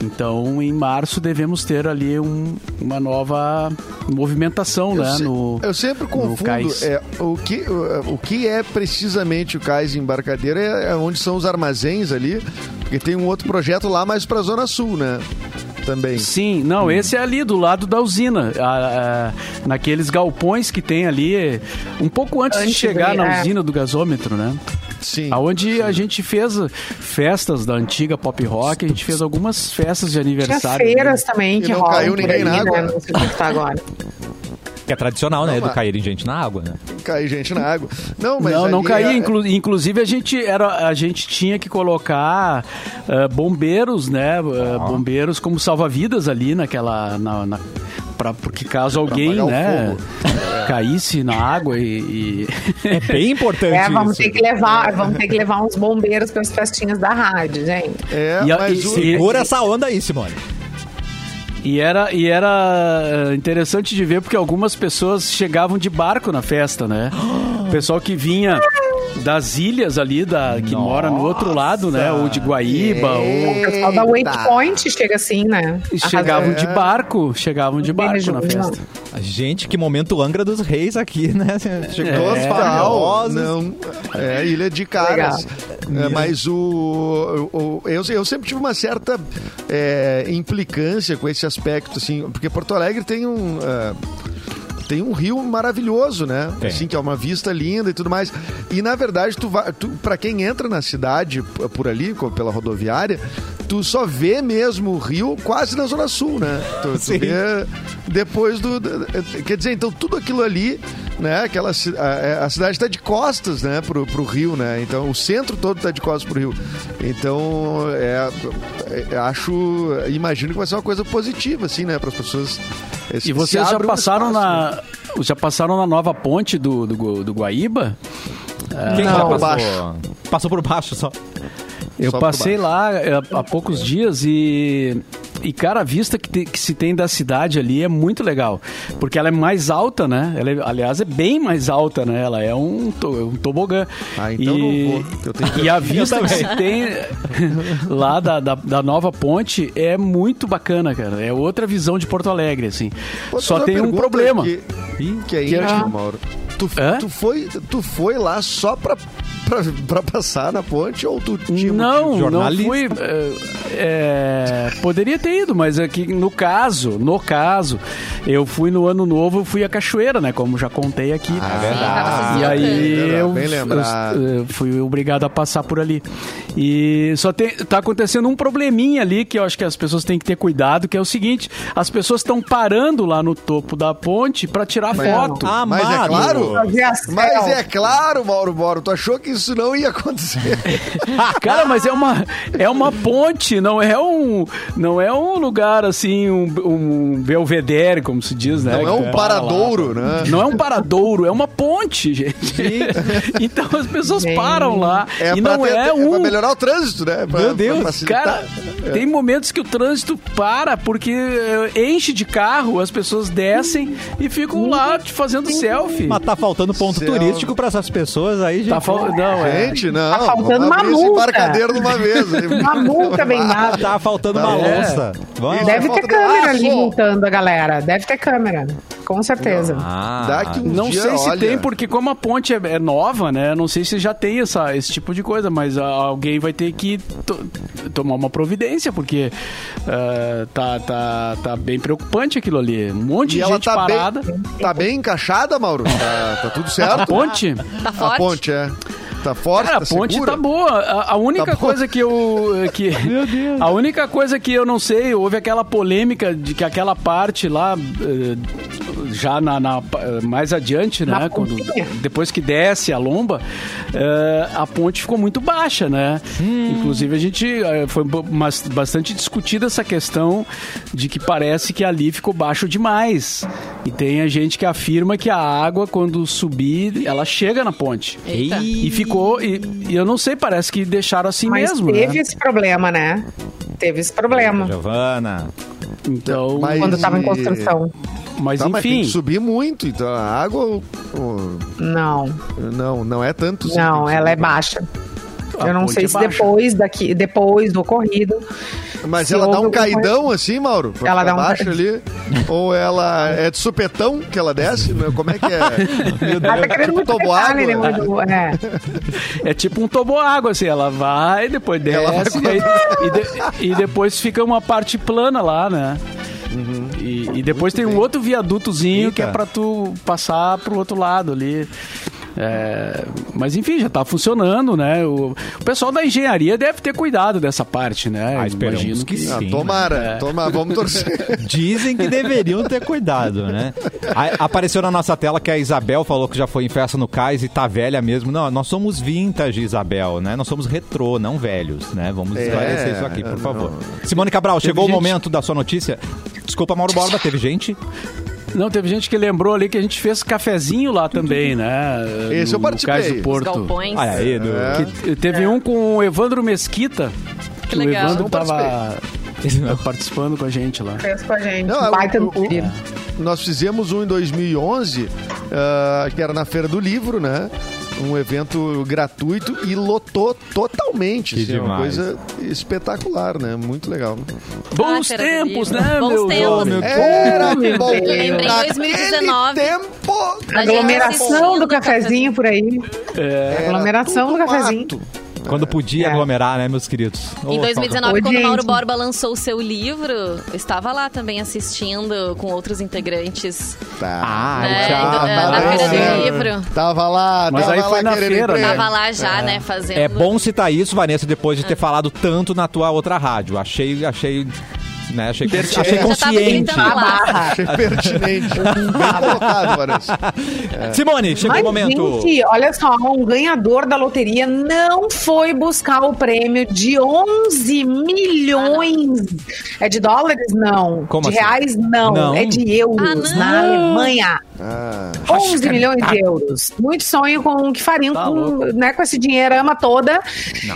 Speaker 3: Então, em março devemos ter ali um- uma nova movimentação, né?
Speaker 5: eu, se-
Speaker 3: no,
Speaker 5: eu sempre
Speaker 3: no
Speaker 5: confundo.
Speaker 3: cais.
Speaker 5: é, o, que, o, o que é precisamente o cais embarcadeiro é, é onde são os armazéns ali. Porque tem um outro projeto lá, mas pra Zona Sul, né? Também.
Speaker 3: Sim,
Speaker 5: Hum.
Speaker 3: não, esse é ali do lado da usina, a- a- naqueles galpões que tem ali, um pouco antes, de
Speaker 2: Antes
Speaker 3: chegar
Speaker 2: de-
Speaker 3: na
Speaker 2: é.
Speaker 3: usina do gasômetro, né?
Speaker 5: Sim.
Speaker 3: Aonde a gente fez festas da antiga pop rock, a gente fez algumas festas de
Speaker 2: Tinha
Speaker 3: aniversário.
Speaker 2: feiras também que
Speaker 5: não
Speaker 2: rolam
Speaker 5: caiu
Speaker 2: por
Speaker 5: ninguém
Speaker 2: aí,
Speaker 5: na
Speaker 2: né?
Speaker 5: água.
Speaker 2: Não sei como que tá agora.
Speaker 1: que é tradicional, né?
Speaker 5: Não,
Speaker 1: Do
Speaker 5: mas-
Speaker 1: cair em gente na água, né?
Speaker 5: Cai gente na água. Não, mas.
Speaker 3: não, não
Speaker 5: ali
Speaker 3: caía.
Speaker 5: é-
Speaker 3: Inclu- inclusive, a gente, era, a gente tinha que colocar ah, bombeiros, né? ah, Bombeiros como salva-vidas ali naquela. Na, na- pra- porque caso alguém,
Speaker 5: apagar o
Speaker 3: né?
Speaker 5: fogo.
Speaker 3: Caísse na água e. e-
Speaker 1: É bem importante
Speaker 2: É, vamos
Speaker 1: isso.
Speaker 2: ter, que levar, vamos ter que levar uns bombeiros para as festinhas da rádio, gente.
Speaker 5: É,
Speaker 3: E a-
Speaker 5: mas
Speaker 3: e
Speaker 5: o-
Speaker 3: se-
Speaker 1: Segura essa onda aí, Simone.
Speaker 3: E era, e era eh, interessante de ver porque algumas pessoas chegavam de barco na festa, né? O pessoal que vinha das ilhas ali, da, que mora no outro lado, né? Ou de Guaíba,
Speaker 5: é.
Speaker 2: O pessoal da Waypoint chega assim, né?
Speaker 3: ou... E chegavam
Speaker 5: É.
Speaker 3: de barco, chegavam de barco
Speaker 2: Beijo,
Speaker 3: na festa.
Speaker 1: Gente, que momento Angra dos Reis aqui, né?
Speaker 5: É,
Speaker 1: Chegou as
Speaker 5: Total.
Speaker 1: famosas.
Speaker 5: não, é Ilha de Caras. É, mas o, o- o- eu, eu sempre tive uma certa é, implicância com esse aspecto, assim, porque Porto Alegre tem um. é, tem um rio maravilhoso, né?
Speaker 1: Tem.
Speaker 5: Assim, que é uma vista linda e tudo mais. E na verdade, tu vai, tu, para quem entra na cidade p- por ali, co- pela rodoviária, tu só vê mesmo o rio quase na zona sul, né? Tu, tu
Speaker 1: Sim.
Speaker 5: vê depois do, do- quer dizer, então tudo aquilo ali, né? Aquela ci- a, a cidade está de costas, né? Pro, pro rio, né? Então o centro todo tá de costas pro rio. Então é, é, acho, imagino que vai ser uma coisa positiva, assim, né? Para as pessoas. é, se-
Speaker 3: E
Speaker 5: se
Speaker 3: vocês já
Speaker 5: abre um
Speaker 3: passaram
Speaker 5: espaço, né?
Speaker 3: na. Já passaram na nova ponte do, do, Gu- do Guaíba?
Speaker 1: Quem
Speaker 5: É.
Speaker 1: já
Speaker 5: Não,
Speaker 1: passou?
Speaker 5: baixo.
Speaker 1: Passou por baixo só.
Speaker 3: Eu
Speaker 5: Só por
Speaker 3: passei
Speaker 5: baixo.
Speaker 3: lá é, há poucos dias e. E, cara, a vista que, te- que se tem da cidade ali é muito legal. Porque ela é mais alta, né? Ela é- aliás, é bem mais alta, né? Ela é um, to- um tobogã.
Speaker 5: Ah, então
Speaker 3: e,
Speaker 5: não vou, que eu tenho que-
Speaker 3: e a vista que se
Speaker 1: também.
Speaker 3: tem lá da, da, da nova ponte é muito bacana, cara. É outra visão de Porto Alegre, assim.
Speaker 5: Vou te
Speaker 3: Só
Speaker 5: fazer
Speaker 3: tem
Speaker 5: uma
Speaker 3: um
Speaker 5: pergunta
Speaker 3: problema.
Speaker 5: Que, que é íntimo, Mauro. Tu,
Speaker 3: Ah. Hã?
Speaker 5: tu, foi, tu foi lá só pra, pra, pra passar na ponte ou tu tinha motivo?
Speaker 3: Não, não
Speaker 1: jornalista.
Speaker 3: fui. é, poderia ter ido, mas aqui no caso, no caso, eu fui no ano novo, eu fui à cachoeira, né? Como já contei aqui.
Speaker 5: Ah,
Speaker 4: verdade.
Speaker 3: E aí
Speaker 5: Bem
Speaker 3: eu,
Speaker 5: lembrado.
Speaker 3: eu- eu fui obrigado a passar por ali. E só tem, tá acontecendo um probleminha ali que eu acho que as pessoas têm que ter cuidado, que é o seguinte: as pessoas estão parando lá no topo da ponte para tirar foto.
Speaker 1: Ah,
Speaker 5: Mas é
Speaker 1: amado.
Speaker 5: claro.
Speaker 2: Fazer as
Speaker 5: Mas
Speaker 2: selfies.
Speaker 5: é claro, Mauro Mauro, tu achou que isso não ia acontecer?
Speaker 3: Cara, mas é uma, é uma ponte, não é um, não é um lugar assim, um, um belvedere, como se diz, né?
Speaker 5: Não é
Speaker 3: Que para
Speaker 5: um
Speaker 3: lá.
Speaker 5: paradouro, né?
Speaker 3: Não é um paradouro, é uma ponte, gente. Então as pessoas
Speaker 2: Gente.
Speaker 3: param lá
Speaker 5: É
Speaker 3: e
Speaker 5: pra
Speaker 3: não
Speaker 5: ter-
Speaker 3: é
Speaker 5: pra
Speaker 3: um
Speaker 5: melhorar É. o trânsito, né? Pra-
Speaker 3: Meu Deus,
Speaker 5: pra facilitar.
Speaker 3: cara, tem momentos que o trânsito para porque eh, enche de carro, as pessoas descem e ficam lá te fazendo selfie.
Speaker 1: Mas tá faltando ponto
Speaker 5: Céu.
Speaker 1: turístico pra essas pessoas aí, gente.
Speaker 3: Tá falando, não, é.
Speaker 5: Gente, não.
Speaker 2: Tá faltando
Speaker 5: vamos
Speaker 2: uma
Speaker 5: abrir esse
Speaker 2: multa.
Speaker 5: embarcadero de uma vez. hein?
Speaker 2: Uma multa bem
Speaker 1: Ah,
Speaker 2: dada.
Speaker 1: tá faltando uma
Speaker 3: É.
Speaker 1: louça. Vamos lá.
Speaker 2: Deve
Speaker 5: falta
Speaker 2: ter
Speaker 5: do
Speaker 2: câmera
Speaker 5: laço.
Speaker 2: ali multando a galera. Deve ter câmera. Com certeza.
Speaker 1: Ah,
Speaker 5: Daqui um
Speaker 3: Não
Speaker 5: dia,
Speaker 3: sei se
Speaker 5: olha,
Speaker 3: tem, porque como a ponte é, é nova, né? Não sei se já tem essa, esse tipo de coisa, mas ah, alguém vai ter que to- tomar uma providência, porque ah, tá, tá, tá bem preocupante aquilo ali. Um monte
Speaker 5: E
Speaker 3: de
Speaker 5: ela
Speaker 3: gente
Speaker 5: tá
Speaker 3: parada.
Speaker 5: bem, tá bem encaixada, Mauro? Tá, tá tudo certo?
Speaker 3: A ponte?
Speaker 4: Tá
Speaker 5: A
Speaker 4: forte?
Speaker 5: ponte, é. Tá forte,
Speaker 3: Cara, a
Speaker 5: tá
Speaker 3: ponte
Speaker 5: segura?
Speaker 3: tá boa. A, a única
Speaker 5: Tá boa.
Speaker 3: coisa que eu. eh, Que, Meu Deus. A única coisa que eu não sei, houve aquela polêmica de que aquela parte lá, eh, já na, na- eh, mais adiante,
Speaker 2: Na
Speaker 3: né? Quando,
Speaker 2: pontinha.
Speaker 3: depois que desce a lomba, eh, a ponte ficou muito baixa, né? Inclusive, a gente. eh, foi bo- mas- bastante discutida essa questão de que parece que ali ficou baixo demais. E tem a gente que afirma que a água, quando subir, ela chega na ponte.
Speaker 4: Eita.
Speaker 3: E ficou, e, e eu não sei, parece que deixaram assim
Speaker 2: Mas
Speaker 3: mesmo.
Speaker 2: teve
Speaker 3: Né?
Speaker 2: esse problema, né? Teve esse problema.
Speaker 1: Ah, Giovana.
Speaker 3: Então,
Speaker 5: Mas-
Speaker 3: mas,
Speaker 2: Quando tava em construção.
Speaker 5: Tá, mas tem
Speaker 3: enfim.
Speaker 5: que subir muito, então a água o- o-
Speaker 2: Não,
Speaker 5: não, não é tanto. sim, Ah, tem
Speaker 2: não,
Speaker 5: que
Speaker 2: ela é
Speaker 5: subir.
Speaker 2: baixa.
Speaker 3: A
Speaker 2: Eu não
Speaker 3: ponte
Speaker 2: sei
Speaker 3: é
Speaker 2: se
Speaker 3: baixa.
Speaker 2: depois daqui, depois do ocorrido.
Speaker 5: Mas
Speaker 2: se
Speaker 5: ela dá
Speaker 2: houve
Speaker 5: um
Speaker 2: alguma
Speaker 5: caidão assim, Mauro? Pra
Speaker 2: Ela
Speaker 5: ficar
Speaker 2: dá um
Speaker 5: baixa
Speaker 2: ca-
Speaker 5: ali? Ou ela é de supetão que ela desce? né? Como é que é?
Speaker 2: Ah, tá querendo muito detalhe,
Speaker 5: Toboágua.
Speaker 2: né, Manu? É.
Speaker 3: É tipo um toboágua, assim, ela vai, depois
Speaker 5: Ela
Speaker 3: desce,
Speaker 5: vai-
Speaker 3: e, aí- e de- e depois fica uma parte plana lá, né? E,
Speaker 5: Uhum.
Speaker 3: e depois tem um outro viadutozinho que é
Speaker 1: Eita.
Speaker 3: pra tu passar pro outro lado ali. É, mas enfim, já tá funcionando, né? O, o pessoal da engenharia deve ter cuidado dessa parte, né?
Speaker 1: Ah,
Speaker 3: Eu
Speaker 1: esperamos que sim.
Speaker 5: Ah,
Speaker 1: né?
Speaker 3: é.
Speaker 5: tomara, tomara, vamos torcer.
Speaker 1: Dizem que deveriam ter cuidado, né? A- apareceu na nossa tela que a Isabel falou que já foi em festa no cais e tá velha mesmo. Não, nós somos vintage, Isabel, né? Nós somos retrô, não velhos, né? Vamos
Speaker 5: É,
Speaker 1: esclarecer isso aqui, por
Speaker 5: não.
Speaker 1: favor. Simone Cabral, chegou
Speaker 3: gente-
Speaker 1: o momento da sua notícia. Desculpa, Mauro Borba, teve gente?
Speaker 3: Não, teve gente que lembrou ali que a gente fez cafezinho lá também, né?
Speaker 5: Esse eu participei.
Speaker 3: No Cais do
Speaker 5: Os
Speaker 4: Os
Speaker 3: Porto.
Speaker 4: galpões.
Speaker 1: Olha aí, Edu.
Speaker 5: É.
Speaker 3: Que teve um com o Evandro Mesquita.
Speaker 4: Que
Speaker 3: o
Speaker 4: legal.
Speaker 3: Evandro
Speaker 5: Não
Speaker 3: tava participando com a gente lá.
Speaker 2: Pensa com a gente.
Speaker 5: Não, é,
Speaker 2: Baita
Speaker 5: o-
Speaker 2: do
Speaker 5: o-
Speaker 2: querido.
Speaker 5: Nós fizemos um em 2011, ah, que era na Feira do Livro, né? Um evento gratuito e lotou totalmente.
Speaker 1: Que
Speaker 5: assim, Uma
Speaker 1: demais.
Speaker 5: coisa espetacular, né? Muito legal. É,
Speaker 3: Bons
Speaker 4: será
Speaker 3: tempos,
Speaker 4: bonito.
Speaker 3: né,
Speaker 4: Bons
Speaker 3: meu
Speaker 4: tempos.
Speaker 3: jovem?
Speaker 4: Meu
Speaker 5: Era que bom.
Speaker 2: Lembrei em
Speaker 5: Naquele
Speaker 4: 2019.
Speaker 5: tempo.
Speaker 4: A gente
Speaker 2: Aglomeração
Speaker 4: assistindo
Speaker 2: do
Speaker 4: do
Speaker 2: cafezinho
Speaker 4: cafezinho.
Speaker 2: por aí.
Speaker 3: É,
Speaker 5: Era
Speaker 2: Aglomeração
Speaker 5: tudo
Speaker 2: do cafezinho.
Speaker 5: mato.
Speaker 1: Quando podia
Speaker 2: É.
Speaker 1: aglomerar, né, meus queridos?
Speaker 4: Em
Speaker 1: Ô,
Speaker 4: 2019,
Speaker 2: Ô,
Speaker 4: quando
Speaker 2: gente.
Speaker 4: Mauro Borba lançou o seu livro, eu estava lá também assistindo com outros integrantes.
Speaker 5: Tá.
Speaker 1: Ah,
Speaker 4: né,
Speaker 1: já,
Speaker 4: do-
Speaker 1: tá
Speaker 4: na
Speaker 1: bom,
Speaker 4: feira
Speaker 1: né?
Speaker 4: do livro.
Speaker 5: Tava lá,
Speaker 3: Mas
Speaker 5: tava
Speaker 3: aí
Speaker 5: lá
Speaker 3: foi na
Speaker 5: querendo
Speaker 3: feira, né?
Speaker 5: emprego.
Speaker 4: Tava lá já, né, fazendo.
Speaker 1: É bom citar isso, Vanessa, depois de ter falado tanto na tua outra rádio. Achei, achei, né, achei, achei
Speaker 4: Eu já tava
Speaker 1: consciente.
Speaker 4: gritando lá.
Speaker 5: Achei pertinente. Bem colocado, Vanessa.
Speaker 1: Simone, chegou o momento.
Speaker 2: gente, olha só, um ganhador da loteria não foi buscar o prêmio de 11 milhões. É de dólares? Não.
Speaker 1: Como
Speaker 2: de
Speaker 1: assim?
Speaker 2: reais? Não.
Speaker 1: Não?
Speaker 2: É de euros,
Speaker 4: Ah, não.
Speaker 2: na Alemanha.
Speaker 5: Ah,
Speaker 2: 11 milhões de euros. Muito sonho com o que fariam
Speaker 3: Tá
Speaker 2: com,
Speaker 3: louco.
Speaker 2: né, com esse dinheirama toda.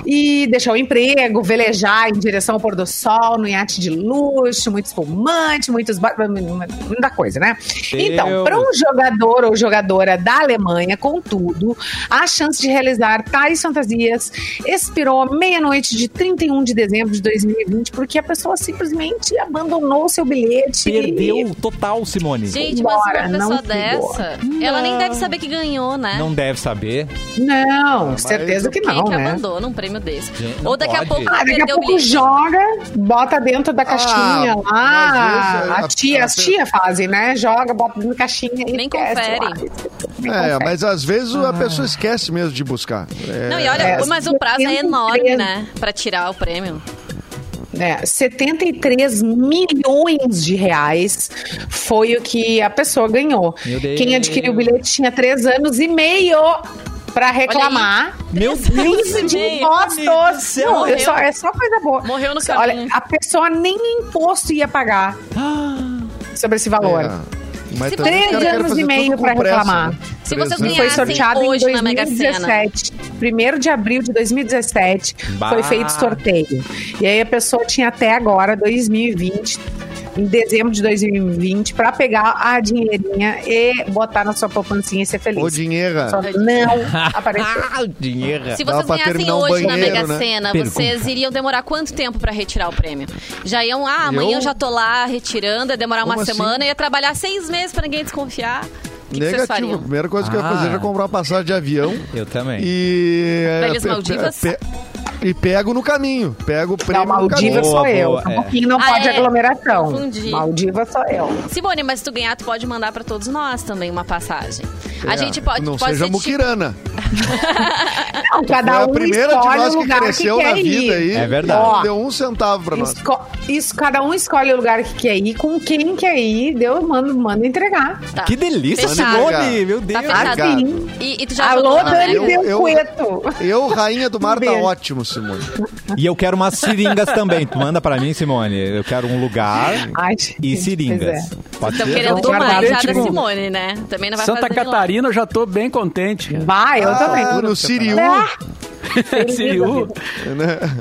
Speaker 2: E deixar o emprego, velejar em direção ao pôr do sol, no iate de luxo, muito espumante, muitos. ba- muita coisa, né? Então, para um jogador ou jogadora da Alemanha, contudo, a chance de realizar tais fantasias expirou à meia-noite de 31 de dezembro de 2020, porque a pessoa simplesmente abandonou seu bilhete.
Speaker 1: Perdeu total, Simone.
Speaker 4: Gente, mas uma
Speaker 2: Bora, não
Speaker 4: pessoa
Speaker 2: foi.
Speaker 4: dessa. Ela nem deve saber que ganhou, né?
Speaker 1: Não deve saber.
Speaker 5: Ah,
Speaker 2: Não, certeza que
Speaker 4: Quem
Speaker 2: não,
Speaker 4: que
Speaker 2: né?
Speaker 4: abandona um prêmio desse?
Speaker 1: Gente, não
Speaker 4: Ou daqui
Speaker 1: pode.
Speaker 4: a pouco
Speaker 2: Ah, daqui a
Speaker 4: perdeu o
Speaker 2: pouco
Speaker 4: bilhete.
Speaker 2: joga, bota dentro da caixinha
Speaker 5: Ah, mas
Speaker 2: lá.
Speaker 5: isso é-
Speaker 2: a tia, as tia fazem, né? Joga, bota dentro da caixinha e
Speaker 4: Nem
Speaker 2: esquece
Speaker 4: confere.
Speaker 2: lá. Nem
Speaker 5: É,
Speaker 2: confere.
Speaker 5: mas às vezes a pessoa
Speaker 4: Ah.
Speaker 5: esquece mesmo de buscar. É,
Speaker 4: Não, e olha,
Speaker 2: É. um
Speaker 4: mas o prazo é enorme,
Speaker 2: 73.
Speaker 4: né? Pra tirar o prêmio.
Speaker 2: né, 73 milhões de reais foi o que a pessoa ganhou.
Speaker 1: Meu Deus.
Speaker 2: Quem adquiriu o bilhete tinha três anos e meio para reclamar.
Speaker 1: Meu Deus.
Speaker 2: Livre de
Speaker 4: Meu
Speaker 1: Deus do
Speaker 2: impostos.
Speaker 1: céu.
Speaker 2: Não, é só,
Speaker 4: Morreu.
Speaker 2: é só coisa boa.
Speaker 4: Morreu no
Speaker 2: Olha,
Speaker 4: caminho.
Speaker 2: a pessoa nem imposto ia pagar sobre esse valor.
Speaker 5: é. Mas
Speaker 4: Se
Speaker 5: também
Speaker 4: três
Speaker 5: os caras querem
Speaker 2: anos
Speaker 5: fazer
Speaker 2: e
Speaker 5: tudo
Speaker 2: meio
Speaker 5: com
Speaker 2: pra
Speaker 5: pressa,
Speaker 2: reclamar.
Speaker 5: né?
Speaker 4: Se
Speaker 5: Três
Speaker 4: vocês
Speaker 5: anos.
Speaker 2: Foi
Speaker 4: ganhassem
Speaker 2: sorteado em
Speaker 4: hoje na Mega Sena.
Speaker 2: 2017. 1 de abril de 2017
Speaker 1: Bah.
Speaker 2: foi feito o sorteio. E aí a pessoa tinha até agora, 2020, em dezembro de 2020, pra pegar a dinheirinha e botar na sua poupancinha e ser feliz.
Speaker 5: Ô, Ah, dinheiro.
Speaker 2: Só não apareceu.
Speaker 1: Ah, Dinheiro.
Speaker 4: Se
Speaker 5: Dava
Speaker 4: vocês
Speaker 5: pra
Speaker 4: ganhassem
Speaker 5: terminar um
Speaker 4: hoje na
Speaker 5: banheiro,
Speaker 4: Mega
Speaker 5: né?
Speaker 4: Sena,
Speaker 1: Pergunta.
Speaker 4: vocês iriam demorar quanto tempo pra retirar o prêmio? Já iam, ah, amanhã
Speaker 5: Eu?
Speaker 4: eu já tô lá retirando, ia demorar uma
Speaker 5: Como assim?
Speaker 4: semana, ia trabalhar seis meses pra ninguém desconfiar. O que, que vocês
Speaker 5: Negativo. A
Speaker 4: fariam?
Speaker 5: primeira coisa que eu ia
Speaker 1: Ah.
Speaker 5: fazer era comprar uma passagem de avião.
Speaker 1: Eu também.
Speaker 5: E.
Speaker 4: Pra Ilhas
Speaker 5: pe- pe-
Speaker 4: Maldivas?
Speaker 5: pe- E pego no caminho. Pego o
Speaker 2: Não,
Speaker 5: prêmio no
Speaker 2: Maldiva
Speaker 5: caminho.
Speaker 1: Boa,
Speaker 2: sou eu.
Speaker 1: boa,
Speaker 2: Daqui
Speaker 1: é.
Speaker 2: a pouquinho não
Speaker 4: Ah,
Speaker 2: pode
Speaker 4: é?
Speaker 2: aglomeração.
Speaker 4: Confundi.
Speaker 2: Maldiva sou eu.
Speaker 4: Simone, mas se tu ganhar, tu pode mandar pra todos nós também uma passagem. a
Speaker 5: É,
Speaker 4: gente pode,
Speaker 5: Não
Speaker 4: pode ser
Speaker 5: seja
Speaker 4: tipo-
Speaker 5: muquirana.
Speaker 2: Não,
Speaker 5: Foi
Speaker 2: cada
Speaker 5: a
Speaker 2: um
Speaker 5: primeira de
Speaker 2: escolhe
Speaker 5: nós
Speaker 2: o
Speaker 5: que
Speaker 2: lugar que
Speaker 5: cresceu
Speaker 2: quer
Speaker 5: na vida
Speaker 2: ir.
Speaker 5: aí.
Speaker 1: É verdade.
Speaker 5: Não deu um centavo pra nós.
Speaker 2: Esco- isso, cada um escolhe o lugar que quer ir, com quem quer ir, deu, manda, manda entregar.
Speaker 4: Tá.
Speaker 1: Que
Speaker 5: né,
Speaker 1: delícia,
Speaker 4: Fechado.
Speaker 1: Simone. Meu
Speaker 4: Tá
Speaker 1: Deus.
Speaker 4: fechado.
Speaker 2: Obrigado.
Speaker 4: E, e tu já
Speaker 2: Ah, Alô,
Speaker 4: jogou na
Speaker 2: Dani
Speaker 4: Mega?
Speaker 5: Eu- eu-
Speaker 2: Del Cueto.
Speaker 5: Eu, rainha do mar, tá
Speaker 2: Beijo.
Speaker 5: ótimo, Simone.
Speaker 1: E eu quero umas seringas também. Tu manda pra mim, Simone. Eu quero um lugar
Speaker 2: Ai, Ah, gente,
Speaker 1: e
Speaker 2: pois
Speaker 1: seringas.
Speaker 2: é.
Speaker 1: Pode
Speaker 4: Estão
Speaker 1: ser?
Speaker 4: querendo
Speaker 2: Então,
Speaker 4: demais
Speaker 2: guardei,
Speaker 4: já da
Speaker 3: tipo,
Speaker 4: Simone, né? Também não vai
Speaker 3: Santa
Speaker 4: fazer milagre.
Speaker 3: Catarina, eu já tô bem contente.
Speaker 2: Vai, eu também.
Speaker 5: Ah, no Siriu.
Speaker 2: É.
Speaker 3: Siriu.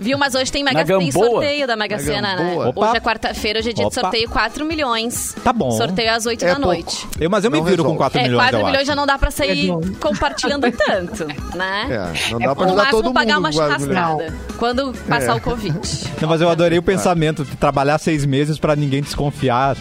Speaker 4: Viu? Mas hoje tem, mega,
Speaker 3: Na
Speaker 4: tem
Speaker 3: Gamboa.
Speaker 4: sorteio da Mega
Speaker 5: Na
Speaker 4: Sena, né?
Speaker 5: Gamboa.
Speaker 1: Opa.
Speaker 4: Hoje é quarta-feira, hoje é dia
Speaker 1: Opa.
Speaker 4: de sorteio 4 milhões.
Speaker 1: Tá bom.
Speaker 4: Sorteio às 8
Speaker 5: É
Speaker 4: da
Speaker 5: pouco.
Speaker 4: noite.
Speaker 1: Eu, mas eu me
Speaker 5: Não
Speaker 1: viro com
Speaker 5: resolve.
Speaker 1: 4
Speaker 4: é,
Speaker 1: milhões,
Speaker 4: 4
Speaker 1: eu
Speaker 4: milhões
Speaker 1: acho.
Speaker 4: já não dá pra sair
Speaker 2: Perdão.
Speaker 4: compartilhando tanto, né?
Speaker 5: É, não dá pra
Speaker 4: no
Speaker 5: ajudar
Speaker 4: máximo
Speaker 5: todo
Speaker 4: pagar né?
Speaker 5: mundo
Speaker 4: uma
Speaker 5: com quatro milhões.
Speaker 4: churrascada. Quando passar
Speaker 5: É.
Speaker 4: o Covid.
Speaker 1: Não, mas eu adorei o pensamento de trabalhar seis meses pra ninguém desconfiar.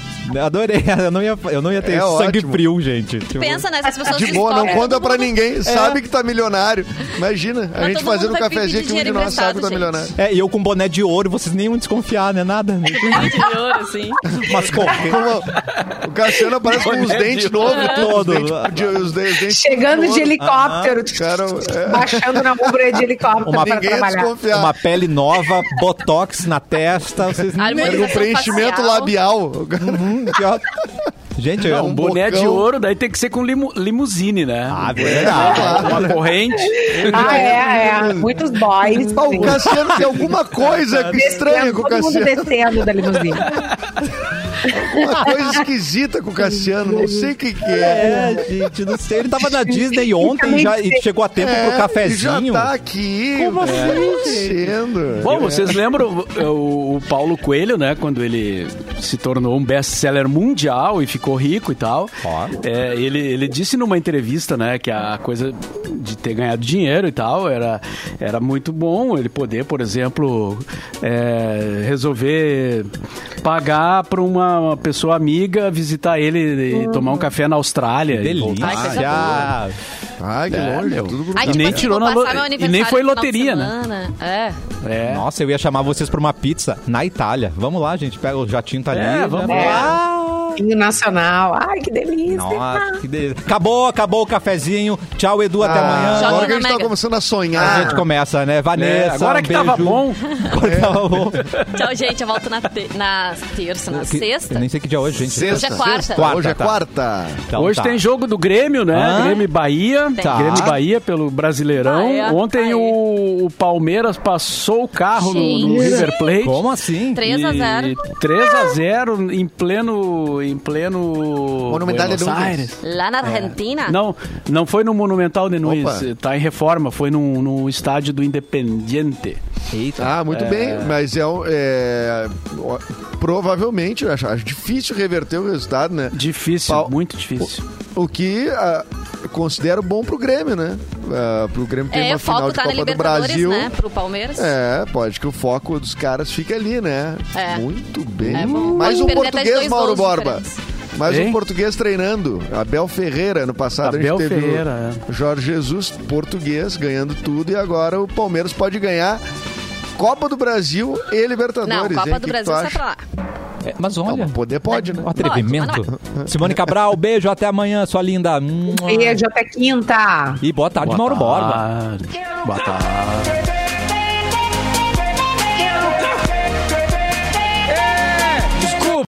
Speaker 1: Adorei. Eu não ia, eu não ia ter
Speaker 5: É
Speaker 1: sangue
Speaker 5: ótimo.
Speaker 1: frio, gente. Tipo,
Speaker 4: Pensa nessas pessoas
Speaker 5: De
Speaker 4: que
Speaker 5: boa, não
Speaker 4: descobrem.
Speaker 5: conta pra ninguém. Sabe que tá milionário. Imagina, a
Speaker 4: é. Mas
Speaker 5: gente
Speaker 4: todo mundo
Speaker 5: fazendo um
Speaker 4: vai pedir
Speaker 5: cafezinho que um de
Speaker 4: dinheiro
Speaker 5: nós sabe que tá
Speaker 4: emprestado,
Speaker 5: milionário.
Speaker 1: É, e eu com boné de ouro, vocês nem iam desconfiar, né? Nada.
Speaker 4: De ouro, assim.
Speaker 1: Mas correndo.
Speaker 5: Como- o Cassiano aparece com os
Speaker 3: Boné
Speaker 5: dentes
Speaker 3: de
Speaker 5: novos,
Speaker 1: ouro.
Speaker 5: todo.
Speaker 1: Todo.
Speaker 5: Os dentes, de- os de- os dentes
Speaker 2: Chegando de helicópttero,
Speaker 5: Cara, é,
Speaker 2: baixando na ombra de helicóptero
Speaker 1: Uma- é
Speaker 2: pra
Speaker 5: ninguém ia
Speaker 2: trabalhar.
Speaker 5: desconfiar.
Speaker 1: Uma pele nova, botox na testa. Vocês nem
Speaker 4: Harmonização
Speaker 5: Era um preenchimento
Speaker 4: é facial.
Speaker 5: labial. O cara-
Speaker 1: Hum, que ó- Gente, eu
Speaker 5: Não,
Speaker 1: era
Speaker 3: Um
Speaker 1: um
Speaker 5: bo-
Speaker 1: bo...
Speaker 3: boné
Speaker 5: bocão.
Speaker 3: de ouro, daí tem que ser com limu, limusine, né?
Speaker 1: Ah, verdade.
Speaker 3: Uma corrente.
Speaker 2: Ah, é, é. Muitos boys.
Speaker 5: Ah, Uhum. o
Speaker 2: sim.
Speaker 5: Cassiano tem alguma coisa que estranha com o
Speaker 2: Todo mundo
Speaker 5: Cassiano.
Speaker 2: descendo da limusine.
Speaker 5: Uma coisa esquisita com o Cassiano. Não sei o que, que é.
Speaker 1: É, gente, não sei. Ele tava na Disney ontem já, e chegou a tempo
Speaker 5: É,
Speaker 1: pro cafezinho.
Speaker 5: Já tá aqui. Como assim? Sendo.
Speaker 3: Bom, vocês lembram o- o, o Paulo Coelho, né? Quando ele se tornou um best-seller mundial e ficou rico e tal.
Speaker 1: Ó.
Speaker 3: É, ele, ele disse numa entrevista, né, que a coisa de ter ganhado dinheiro e tal era, era muito bom. Ele poder, por exemplo, é, resolver pagar para uma pessoa amiga visitar ele e tomar um café na Austrália. e voltar.
Speaker 4: Ai, coisa
Speaker 5: tá
Speaker 1: Delícia.
Speaker 5: Ai, que
Speaker 3: É,
Speaker 5: longe.
Speaker 3: meu.
Speaker 5: Tudo
Speaker 4: Aí,
Speaker 3: E
Speaker 4: tipo
Speaker 3: nem
Speaker 4: assim,
Speaker 3: tirou
Speaker 4: vou
Speaker 3: na
Speaker 4: passar
Speaker 3: lo-
Speaker 4: meu
Speaker 3: e nem
Speaker 4: aniversário
Speaker 3: foi
Speaker 4: no final de
Speaker 3: loteria, né?
Speaker 4: semana. É.
Speaker 3: É.
Speaker 1: Nossa, eu ia chamar vocês pra uma pizza na Itália. Vamos lá, gente. Pega o jatinho tá ali.
Speaker 3: É,
Speaker 1: né?
Speaker 3: vamos
Speaker 2: lá. Hino nacional. Ai, que delícia.
Speaker 1: Nossa, que delícia. Acabou, acabou o cafezinho. Tchau, Edu, até
Speaker 5: Ah,
Speaker 1: amanhã.
Speaker 4: Joga
Speaker 5: Agora
Speaker 4: na
Speaker 5: que a gente tá
Speaker 4: Mega.
Speaker 5: começando a
Speaker 1: A
Speaker 5: sonhar.
Speaker 1: gente começa, né?
Speaker 3: É,
Speaker 1: Vanessa,
Speaker 3: agora que
Speaker 1: um beijo.
Speaker 3: tava bom.
Speaker 1: Agora tava bom.
Speaker 4: Tchau, gente. Eu volto na, te- na terça, na
Speaker 1: Que-
Speaker 4: sexta.
Speaker 1: Eu nem sei que dia é hoje, gente.
Speaker 4: Hoje é quarta.
Speaker 1: Quarta,
Speaker 5: Hoje é
Speaker 1: tá.
Speaker 5: quarta.
Speaker 1: Então
Speaker 3: Hoje
Speaker 1: tá.
Speaker 3: tem jogo do Grêmio, né?
Speaker 1: Hã?
Speaker 3: Grêmio e Bahia.
Speaker 1: Tá.
Speaker 3: Grêmio e Bahia pelo Brasileirão.
Speaker 4: Ah, é?
Speaker 3: Ontem
Speaker 4: Ah, é.
Speaker 3: o, o Palmeiras passou o carro no, no
Speaker 4: Gente.
Speaker 3: River Plate.
Speaker 1: Como assim?
Speaker 4: 3 a 0.
Speaker 3: 3 a 0 em pleno em pleno
Speaker 5: Monumental de
Speaker 3: Buenos
Speaker 5: Nunes.
Speaker 3: Aires.
Speaker 4: Lá na Argentina?
Speaker 3: É. Não, não foi no Monumental de Nunes,
Speaker 5: Opa.
Speaker 3: tá em reforma, foi no, no estádio do Independiente.
Speaker 1: Eita.
Speaker 5: Ah, muito bem, mas é, um- é ó, provavelmente, eu acho, acho difícil reverter o resultado, né?
Speaker 3: Difícil,
Speaker 5: Pau-
Speaker 3: muito difícil.
Speaker 5: O que ah, eu considero bom pro Grêmio, né? Ah, pro Grêmio ter
Speaker 4: É,
Speaker 5: uma
Speaker 4: o
Speaker 5: final
Speaker 4: foco
Speaker 5: de
Speaker 4: tá na
Speaker 5: Copa do
Speaker 4: Libertadores,
Speaker 5: Brasil.
Speaker 4: né? Pro Palmeiras.
Speaker 5: É, pode que o foco dos caras fique ali, né?
Speaker 4: É.
Speaker 5: Muito bem.
Speaker 4: É bom.
Speaker 5: Mais
Speaker 4: Pode
Speaker 5: um
Speaker 4: perder até de
Speaker 5: português,
Speaker 4: dois
Speaker 5: Mauro
Speaker 4: gols de
Speaker 5: Borba.
Speaker 4: diferença.
Speaker 5: Mas
Speaker 3: Hein?
Speaker 5: um português treinando. Abel Ferreira, ano passado
Speaker 3: Abel
Speaker 5: a gente teve
Speaker 3: Ferreira, é.
Speaker 5: o Jorge Jesus, português, ganhando tudo. E agora o Palmeiras pode ganhar Copa do Brasil e Libertadores.
Speaker 4: Não,
Speaker 5: hein?
Speaker 4: Copa
Speaker 5: O que
Speaker 4: do
Speaker 5: que
Speaker 4: Brasil
Speaker 5: tu
Speaker 4: sai
Speaker 5: acha?
Speaker 4: pra lá.
Speaker 1: É, mas olha.
Speaker 5: Não, poder pode, né?
Speaker 1: Um atrevimento. Simone Cabral, beijo, até amanhã, sua linda.
Speaker 2: Beijo, até quinta.
Speaker 1: E boa tarde, Mauro Borba.
Speaker 3: Boa tarde.